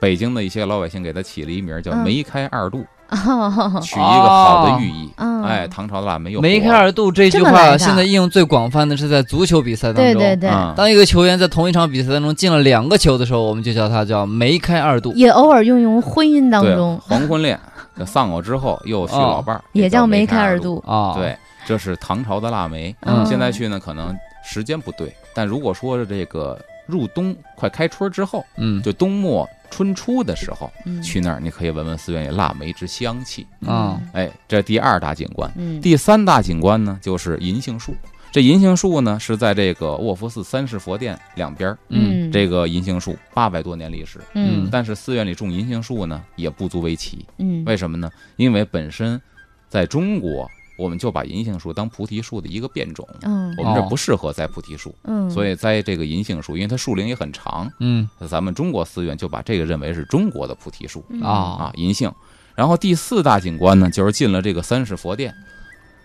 Speaker 3: 北京的一些老百姓给它起了一名儿叫
Speaker 1: 嗯
Speaker 3: “梅开二度”，
Speaker 1: 哦，
Speaker 3: 取一个好的寓意。
Speaker 1: 哦
Speaker 3: 哎，唐朝的腊梅又
Speaker 2: 嗯梅
Speaker 3: 活
Speaker 2: 开
Speaker 3: 了
Speaker 2: 二度这句
Speaker 1: 这么来
Speaker 2: 话
Speaker 1: 的
Speaker 2: 现在应用最广泛的是在足球比赛当中。
Speaker 1: 对对对，
Speaker 3: 嗯
Speaker 2: 当一个球员在同一场比赛当中进了两个球的时候，我们就叫他叫梅开二度。
Speaker 1: 也偶尔用于婚姻当
Speaker 3: 对啊
Speaker 1: 中，哦
Speaker 3: 黄昏恋，这丧偶之后又娶老伴儿，
Speaker 1: 也
Speaker 3: 叫
Speaker 1: 叫梅
Speaker 3: 开
Speaker 1: 开二
Speaker 3: 度。
Speaker 1: 度。哦
Speaker 2: 啊，，
Speaker 3: 对，这是唐朝的腊梅。
Speaker 2: 嗯
Speaker 3: 现在去呢，可能时间不对，但如果说这个入冬快开春之后，
Speaker 2: 嗯
Speaker 3: 就冬末春初的时候
Speaker 1: 嗯
Speaker 3: 去那儿，你可以闻闻寺院里腊梅之香气。
Speaker 2: 啊，
Speaker 3: 哎，这第二大景观。
Speaker 1: 嗯，
Speaker 3: 第三大景观呢，就是银杏树。这银杏树呢，是在这个卧佛寺三世佛殿两边儿。
Speaker 2: 嗯
Speaker 3: 这个银杏树八百多年历史，
Speaker 1: 嗯
Speaker 3: 但是寺院里种银杏树呢，也不足为奇。
Speaker 1: 嗯
Speaker 3: 为什么呢？因为本身在中国，我们就把银杏树当菩提树的一个变种，
Speaker 1: 嗯
Speaker 3: 我们这
Speaker 2: 哦
Speaker 3: 不适合栽菩提树，
Speaker 1: 嗯，
Speaker 3: 所以栽这个银杏树，因为它树龄也很长，
Speaker 2: 嗯
Speaker 3: 咱们中国寺院就把这个认为是中国的菩提树
Speaker 1: 嗯
Speaker 2: 啊
Speaker 3: 啊，银杏。然后第四大景观呢，就是进了这个三世佛殿，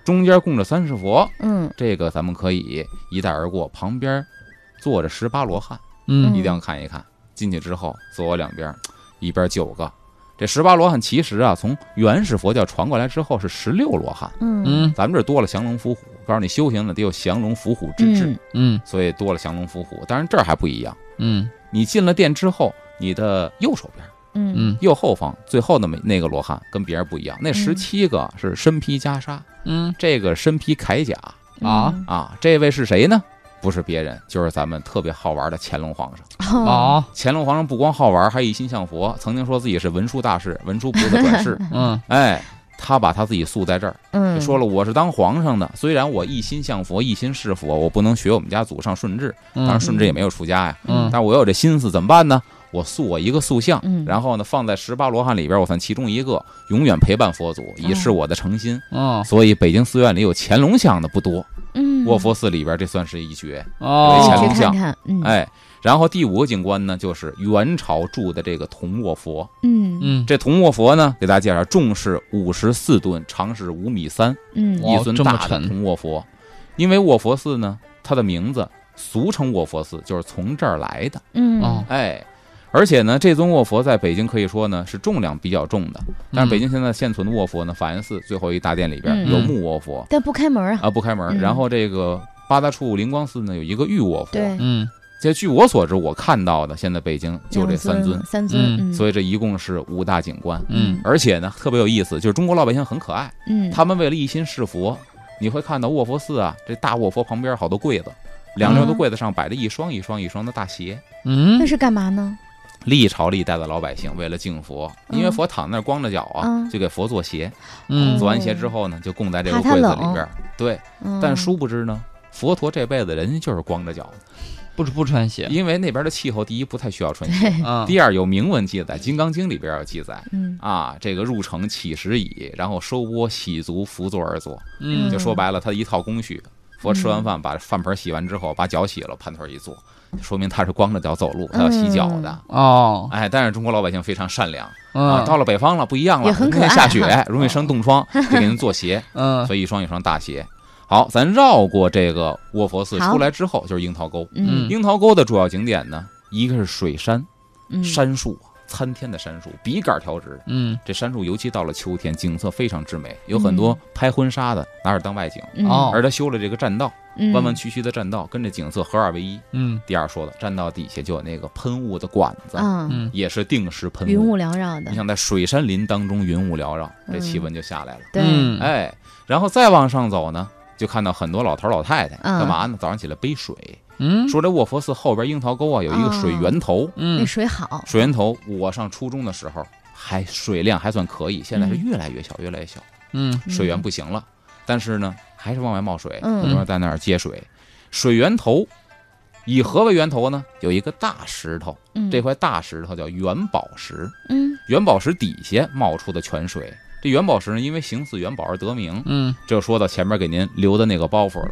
Speaker 3: 中间供着三世佛，
Speaker 1: 嗯
Speaker 3: 这个咱们可以一带而过，旁边坐着十八罗汉。
Speaker 2: 嗯
Speaker 3: 一定要看一看。进去之后，左右两边，一边九个。这十八罗汉其实啊，从原始佛教传过来之后是十六罗汉，
Speaker 1: 嗯
Speaker 2: 嗯
Speaker 3: 咱们这儿多了降龙伏虎。告诉你，修行呢得有降龙伏虎之志，
Speaker 1: 嗯
Speaker 2: 嗯
Speaker 3: 所以多了降龙伏虎。当然这儿还不一样，
Speaker 2: 嗯
Speaker 3: 你进了殿之后，你的右手边、
Speaker 1: 嗯
Speaker 2: 嗯
Speaker 3: 右后方最后那么那个罗汉跟别人不一样，那十七个是身披袈裟，
Speaker 2: 嗯
Speaker 3: 这个身披铠甲
Speaker 2: 啊
Speaker 3: 啊。这位是谁呢？不是别人，就是咱们特别好玩的乾隆皇上。
Speaker 1: 哦
Speaker 2: 啊
Speaker 3: 乾隆皇上不光好玩，还一心向佛，曾经说自己是文殊大士、文殊菩萨 转世。
Speaker 2: 嗯
Speaker 3: 哎，他把他自己塑在这儿，
Speaker 1: 嗯
Speaker 3: 就说了我是当皇上的，虽然我一心向佛、一心是佛，我不能学我们家祖上顺治，当然
Speaker 2: 嗯
Speaker 3: 顺治也没有出家呀，
Speaker 2: 嗯
Speaker 3: 但我有这心思怎么办呢？我塑我一个塑像
Speaker 1: 嗯，
Speaker 3: 然后呢放在十八罗汉里边，我算其中一个，永远陪伴佛祖，以示我的诚心。
Speaker 2: 嗯
Speaker 3: 所以北京寺院里有乾隆像的不多，
Speaker 1: 嗯
Speaker 3: 卧佛寺里边这算是一绝。
Speaker 2: 哦
Speaker 3: 为
Speaker 1: 去
Speaker 3: 乾隆
Speaker 1: 看看，嗯
Speaker 3: 哎，然后第五个景观呢，就是元朝铸的这个铜卧佛。
Speaker 1: 嗯
Speaker 2: 嗯
Speaker 3: 这铜卧佛呢，给大家介绍，重是五十四吨，长是五米三，
Speaker 1: 嗯
Speaker 2: 哇
Speaker 3: 一尊
Speaker 2: 这么
Speaker 3: 大的
Speaker 2: 沉
Speaker 3: 铜卧佛。因为卧佛寺呢，它的名字俗称卧佛寺，就是从这儿来的。
Speaker 1: 嗯
Speaker 2: 哦
Speaker 3: 哎，而且呢，这尊卧佛在北京可以说呢是重量比较重
Speaker 2: 嗯
Speaker 3: 的。但是北京现在现存的卧佛呢，法源寺最后一大殿里边
Speaker 1: 嗯
Speaker 3: 有木卧佛
Speaker 1: 但不开门啊，
Speaker 3: 啊，不开
Speaker 1: 嗯
Speaker 3: 门。然后这个八大处灵光寺呢有一个玉卧佛，
Speaker 1: 对，
Speaker 2: 嗯
Speaker 3: 这据我所知，我看到的现在北京就这三尊
Speaker 1: 两，三尊，嗯
Speaker 3: 所以这一共是五大景观。
Speaker 2: 嗯
Speaker 3: 而且呢，特别有意思，就是中国老百姓很可爱，
Speaker 1: 嗯，
Speaker 3: 他们为了一心是佛，你会看到卧佛寺啊，这大卧佛旁边好多柜子，两溜的柜子上摆着一双一双一双的大鞋。
Speaker 1: 那
Speaker 2: 嗯
Speaker 1: 是干嘛呢？
Speaker 3: 历朝历代的老百姓为了敬佛，因为佛躺那儿光着脚啊
Speaker 1: 嗯，
Speaker 3: 就给佛做鞋，
Speaker 2: 嗯
Speaker 3: 做完鞋之后呢，就供在这个柜子里
Speaker 1: 怕他
Speaker 3: 边
Speaker 1: 冷。
Speaker 3: 对，
Speaker 1: 嗯
Speaker 3: 但殊不知呢。佛陀这辈子人家就是光着脚的，
Speaker 2: 不不穿鞋
Speaker 3: 因为那边的气候，第一不太需要穿鞋，
Speaker 2: 啊
Speaker 3: 第二有明文记载，《金刚经》里边有记载
Speaker 1: 嗯
Speaker 3: 啊，这个入城乞食已，然后收钵洗足，拂座而坐。
Speaker 2: 嗯
Speaker 3: 就说白了，他一套工序。佛吃
Speaker 1: 嗯
Speaker 3: 完饭，把饭盆洗完之后，把脚洗了，盘腿一坐，说明他是光着脚走路，他要洗脚的。
Speaker 1: 嗯
Speaker 2: 哦
Speaker 3: 哎，但是中国老百姓非常善良啊，
Speaker 2: 嗯
Speaker 3: 到了北方了不一样了，
Speaker 1: 也很可爱
Speaker 3: 天天下雪
Speaker 1: 哈
Speaker 3: 容易生冻疮，就给人做 鞋，
Speaker 2: 嗯
Speaker 3: 所以一双一双大鞋。好，咱绕过这个卧佛寺
Speaker 1: 好
Speaker 3: 出来之后，就是樱桃沟。
Speaker 1: 嗯
Speaker 3: 樱桃沟的主要景点呢，一个是水山，
Speaker 1: 嗯，
Speaker 3: 杉树啊，参天的杉树，笔杆儿调直。
Speaker 2: 嗯
Speaker 3: 这杉树尤其到了秋天，景色非常之美，有很多拍婚纱的拿着当外景。
Speaker 1: 嗯
Speaker 2: 哦
Speaker 3: 而他修了这个栈道，
Speaker 1: 嗯
Speaker 3: 啊弯弯曲曲的栈道跟这景色合二为一。
Speaker 2: 嗯
Speaker 3: 第二说了，栈道底下就有那个喷雾的管子，
Speaker 1: 啊，
Speaker 2: 嗯
Speaker 3: 也是定时喷
Speaker 1: 云
Speaker 3: 雾。
Speaker 1: 雾缭绕的
Speaker 3: 你，想在水山林当中云雾缭绕，这
Speaker 1: 嗯
Speaker 3: 气温就下来了。
Speaker 1: 对，
Speaker 2: 嗯
Speaker 3: 哎，然后再往上走呢，就看到很多老头老太太
Speaker 1: 嗯
Speaker 3: 干嘛呢？早上起来背水，
Speaker 2: 嗯
Speaker 3: 说这卧佛寺后边樱桃沟啊有一个水
Speaker 1: 哦
Speaker 3: 源头。
Speaker 1: 那
Speaker 2: 嗯
Speaker 1: 水好，
Speaker 3: 水源头，我上初中的时候还水量还算可以，现在是越来越小，越来越小，
Speaker 2: 嗯
Speaker 1: 嗯
Speaker 3: 水源不行了。但是呢，还是往外冒水，
Speaker 1: 嗯
Speaker 3: 很多人在那儿接水。水源头以何为源头呢？有一个大石头，
Speaker 1: 嗯
Speaker 3: 这块大石头叫元宝石，
Speaker 1: 嗯
Speaker 3: 元宝石底下冒出的泉水。这元宝石呢，因为形似元宝而得名。
Speaker 2: 嗯
Speaker 3: 这就说到前面给您留的那个包袱了。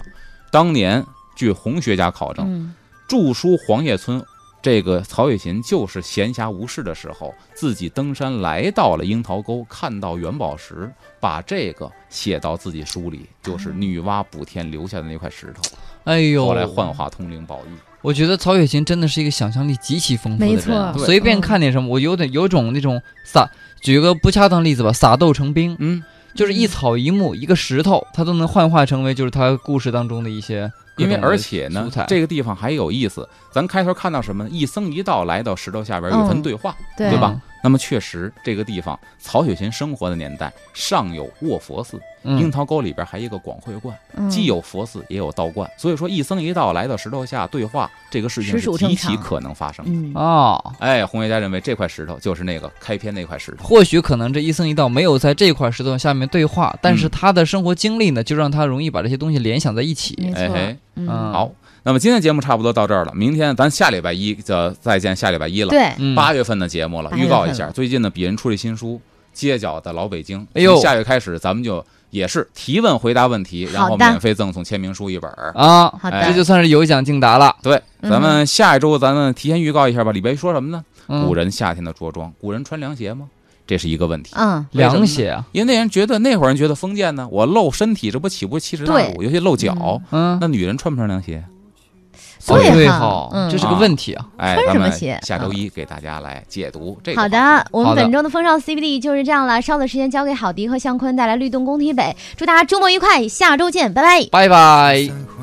Speaker 3: 当年据红学家考证，
Speaker 1: 嗯
Speaker 3: 著书黄叶村这个曹雪芹就是闲暇无事的时候，自己登山来到了樱桃沟，看到元宝石，把这个写到自己书里，就是
Speaker 1: 哦
Speaker 3: 女娲补天留下的那块石头，
Speaker 2: 哎呦，
Speaker 3: 后来幻化通灵宝玉。
Speaker 2: 我觉得曹雪芹真的是一个想象力极其丰富的人，
Speaker 1: 没错嗯
Speaker 3: 对
Speaker 2: 随便看点什么，我有点有种那种撒，举个不恰当例子吧，撒豆成兵，
Speaker 3: 嗯，
Speaker 2: 就是一草一木一个石头，它都能幻化成为就是他故事当中的一些各
Speaker 3: 因
Speaker 2: 种的素材，
Speaker 3: 为而且呢，这个地方还有意思。咱开头看到什么呢？一僧一道来到石头下边有一
Speaker 1: 嗯
Speaker 3: 番对话。
Speaker 1: 对
Speaker 3: 对吧？那么确实，这个地方曹雪芹生活的年代，上有卧佛寺，樱
Speaker 2: 嗯，
Speaker 3: 桃沟里边还有一个广会观，
Speaker 1: 嗯
Speaker 3: 既有佛寺也有道观。所以说，一僧一道来到石头下对话，这个事情
Speaker 1: 实
Speaker 3: 是
Speaker 1: 属
Speaker 3: 极
Speaker 1: 正
Speaker 3: 其
Speaker 1: 常
Speaker 3: 可能发生的。
Speaker 1: 嗯，
Speaker 2: 哦，
Speaker 3: 哎，红学家认为这块石头就是那个开篇那块石头。
Speaker 2: 或许可能这一僧一道没有在这块石头下面对话，但是
Speaker 3: 嗯
Speaker 2: 他的生活经历呢，就让他容易把这些东西联想在一起。
Speaker 1: 没
Speaker 3: 哎
Speaker 1: 错
Speaker 3: 嘿，，
Speaker 2: 嗯
Speaker 1: 嗯，
Speaker 3: 好，那么今天节目差不多到这儿了，明天咱下礼拜一呃再见，下礼拜一了。
Speaker 1: 对，
Speaker 2: 嗯，
Speaker 3: 八月份的节目了，
Speaker 1: 八月
Speaker 3: 预
Speaker 1: 份
Speaker 3: 告一下，
Speaker 1: 了
Speaker 3: 最近呢，鄙人出了新书《街角的老北京》。
Speaker 2: 哎呦
Speaker 3: 从下月开始咱们就也是提问回答问题，
Speaker 1: 好的
Speaker 3: 然后免费赠送签名书一本儿。
Speaker 2: 啊，
Speaker 1: 好
Speaker 3: 哎
Speaker 2: 这
Speaker 1: 的，
Speaker 2: 就算是有奖竞答了。
Speaker 3: 对，
Speaker 1: 嗯
Speaker 3: 咱们下一周咱们提前预告一下吧。李白说什么呢？
Speaker 2: 嗯
Speaker 3: 古人夏天的着装，古人穿凉鞋吗？这是一个问题，
Speaker 1: 嗯，
Speaker 3: 为什么呢
Speaker 2: 凉鞋啊，
Speaker 3: 因为那人觉得那会儿人觉得封建呢，我露身体，这不岂不是奇耻大
Speaker 1: 对
Speaker 3: 辱？尤其露脚
Speaker 1: 嗯，
Speaker 2: 嗯，
Speaker 3: 那女人穿不穿凉鞋？
Speaker 1: 对
Speaker 2: 对
Speaker 1: 哈
Speaker 2: 哈
Speaker 1: 嗯，
Speaker 2: 这是个问题啊。
Speaker 3: 哎，
Speaker 1: 穿
Speaker 3: 咱
Speaker 1: 什么
Speaker 3: 们
Speaker 1: 鞋
Speaker 3: 下周一给大家来解读这个。
Speaker 1: 好，的，我
Speaker 2: 好
Speaker 1: 们
Speaker 2: 的
Speaker 1: 本周的风尚 CBD 就是这样了，稍后的时间交给郝迪和向坤带来律动工体北，祝大家周末愉快，下周见，拜拜。
Speaker 2: 拜拜。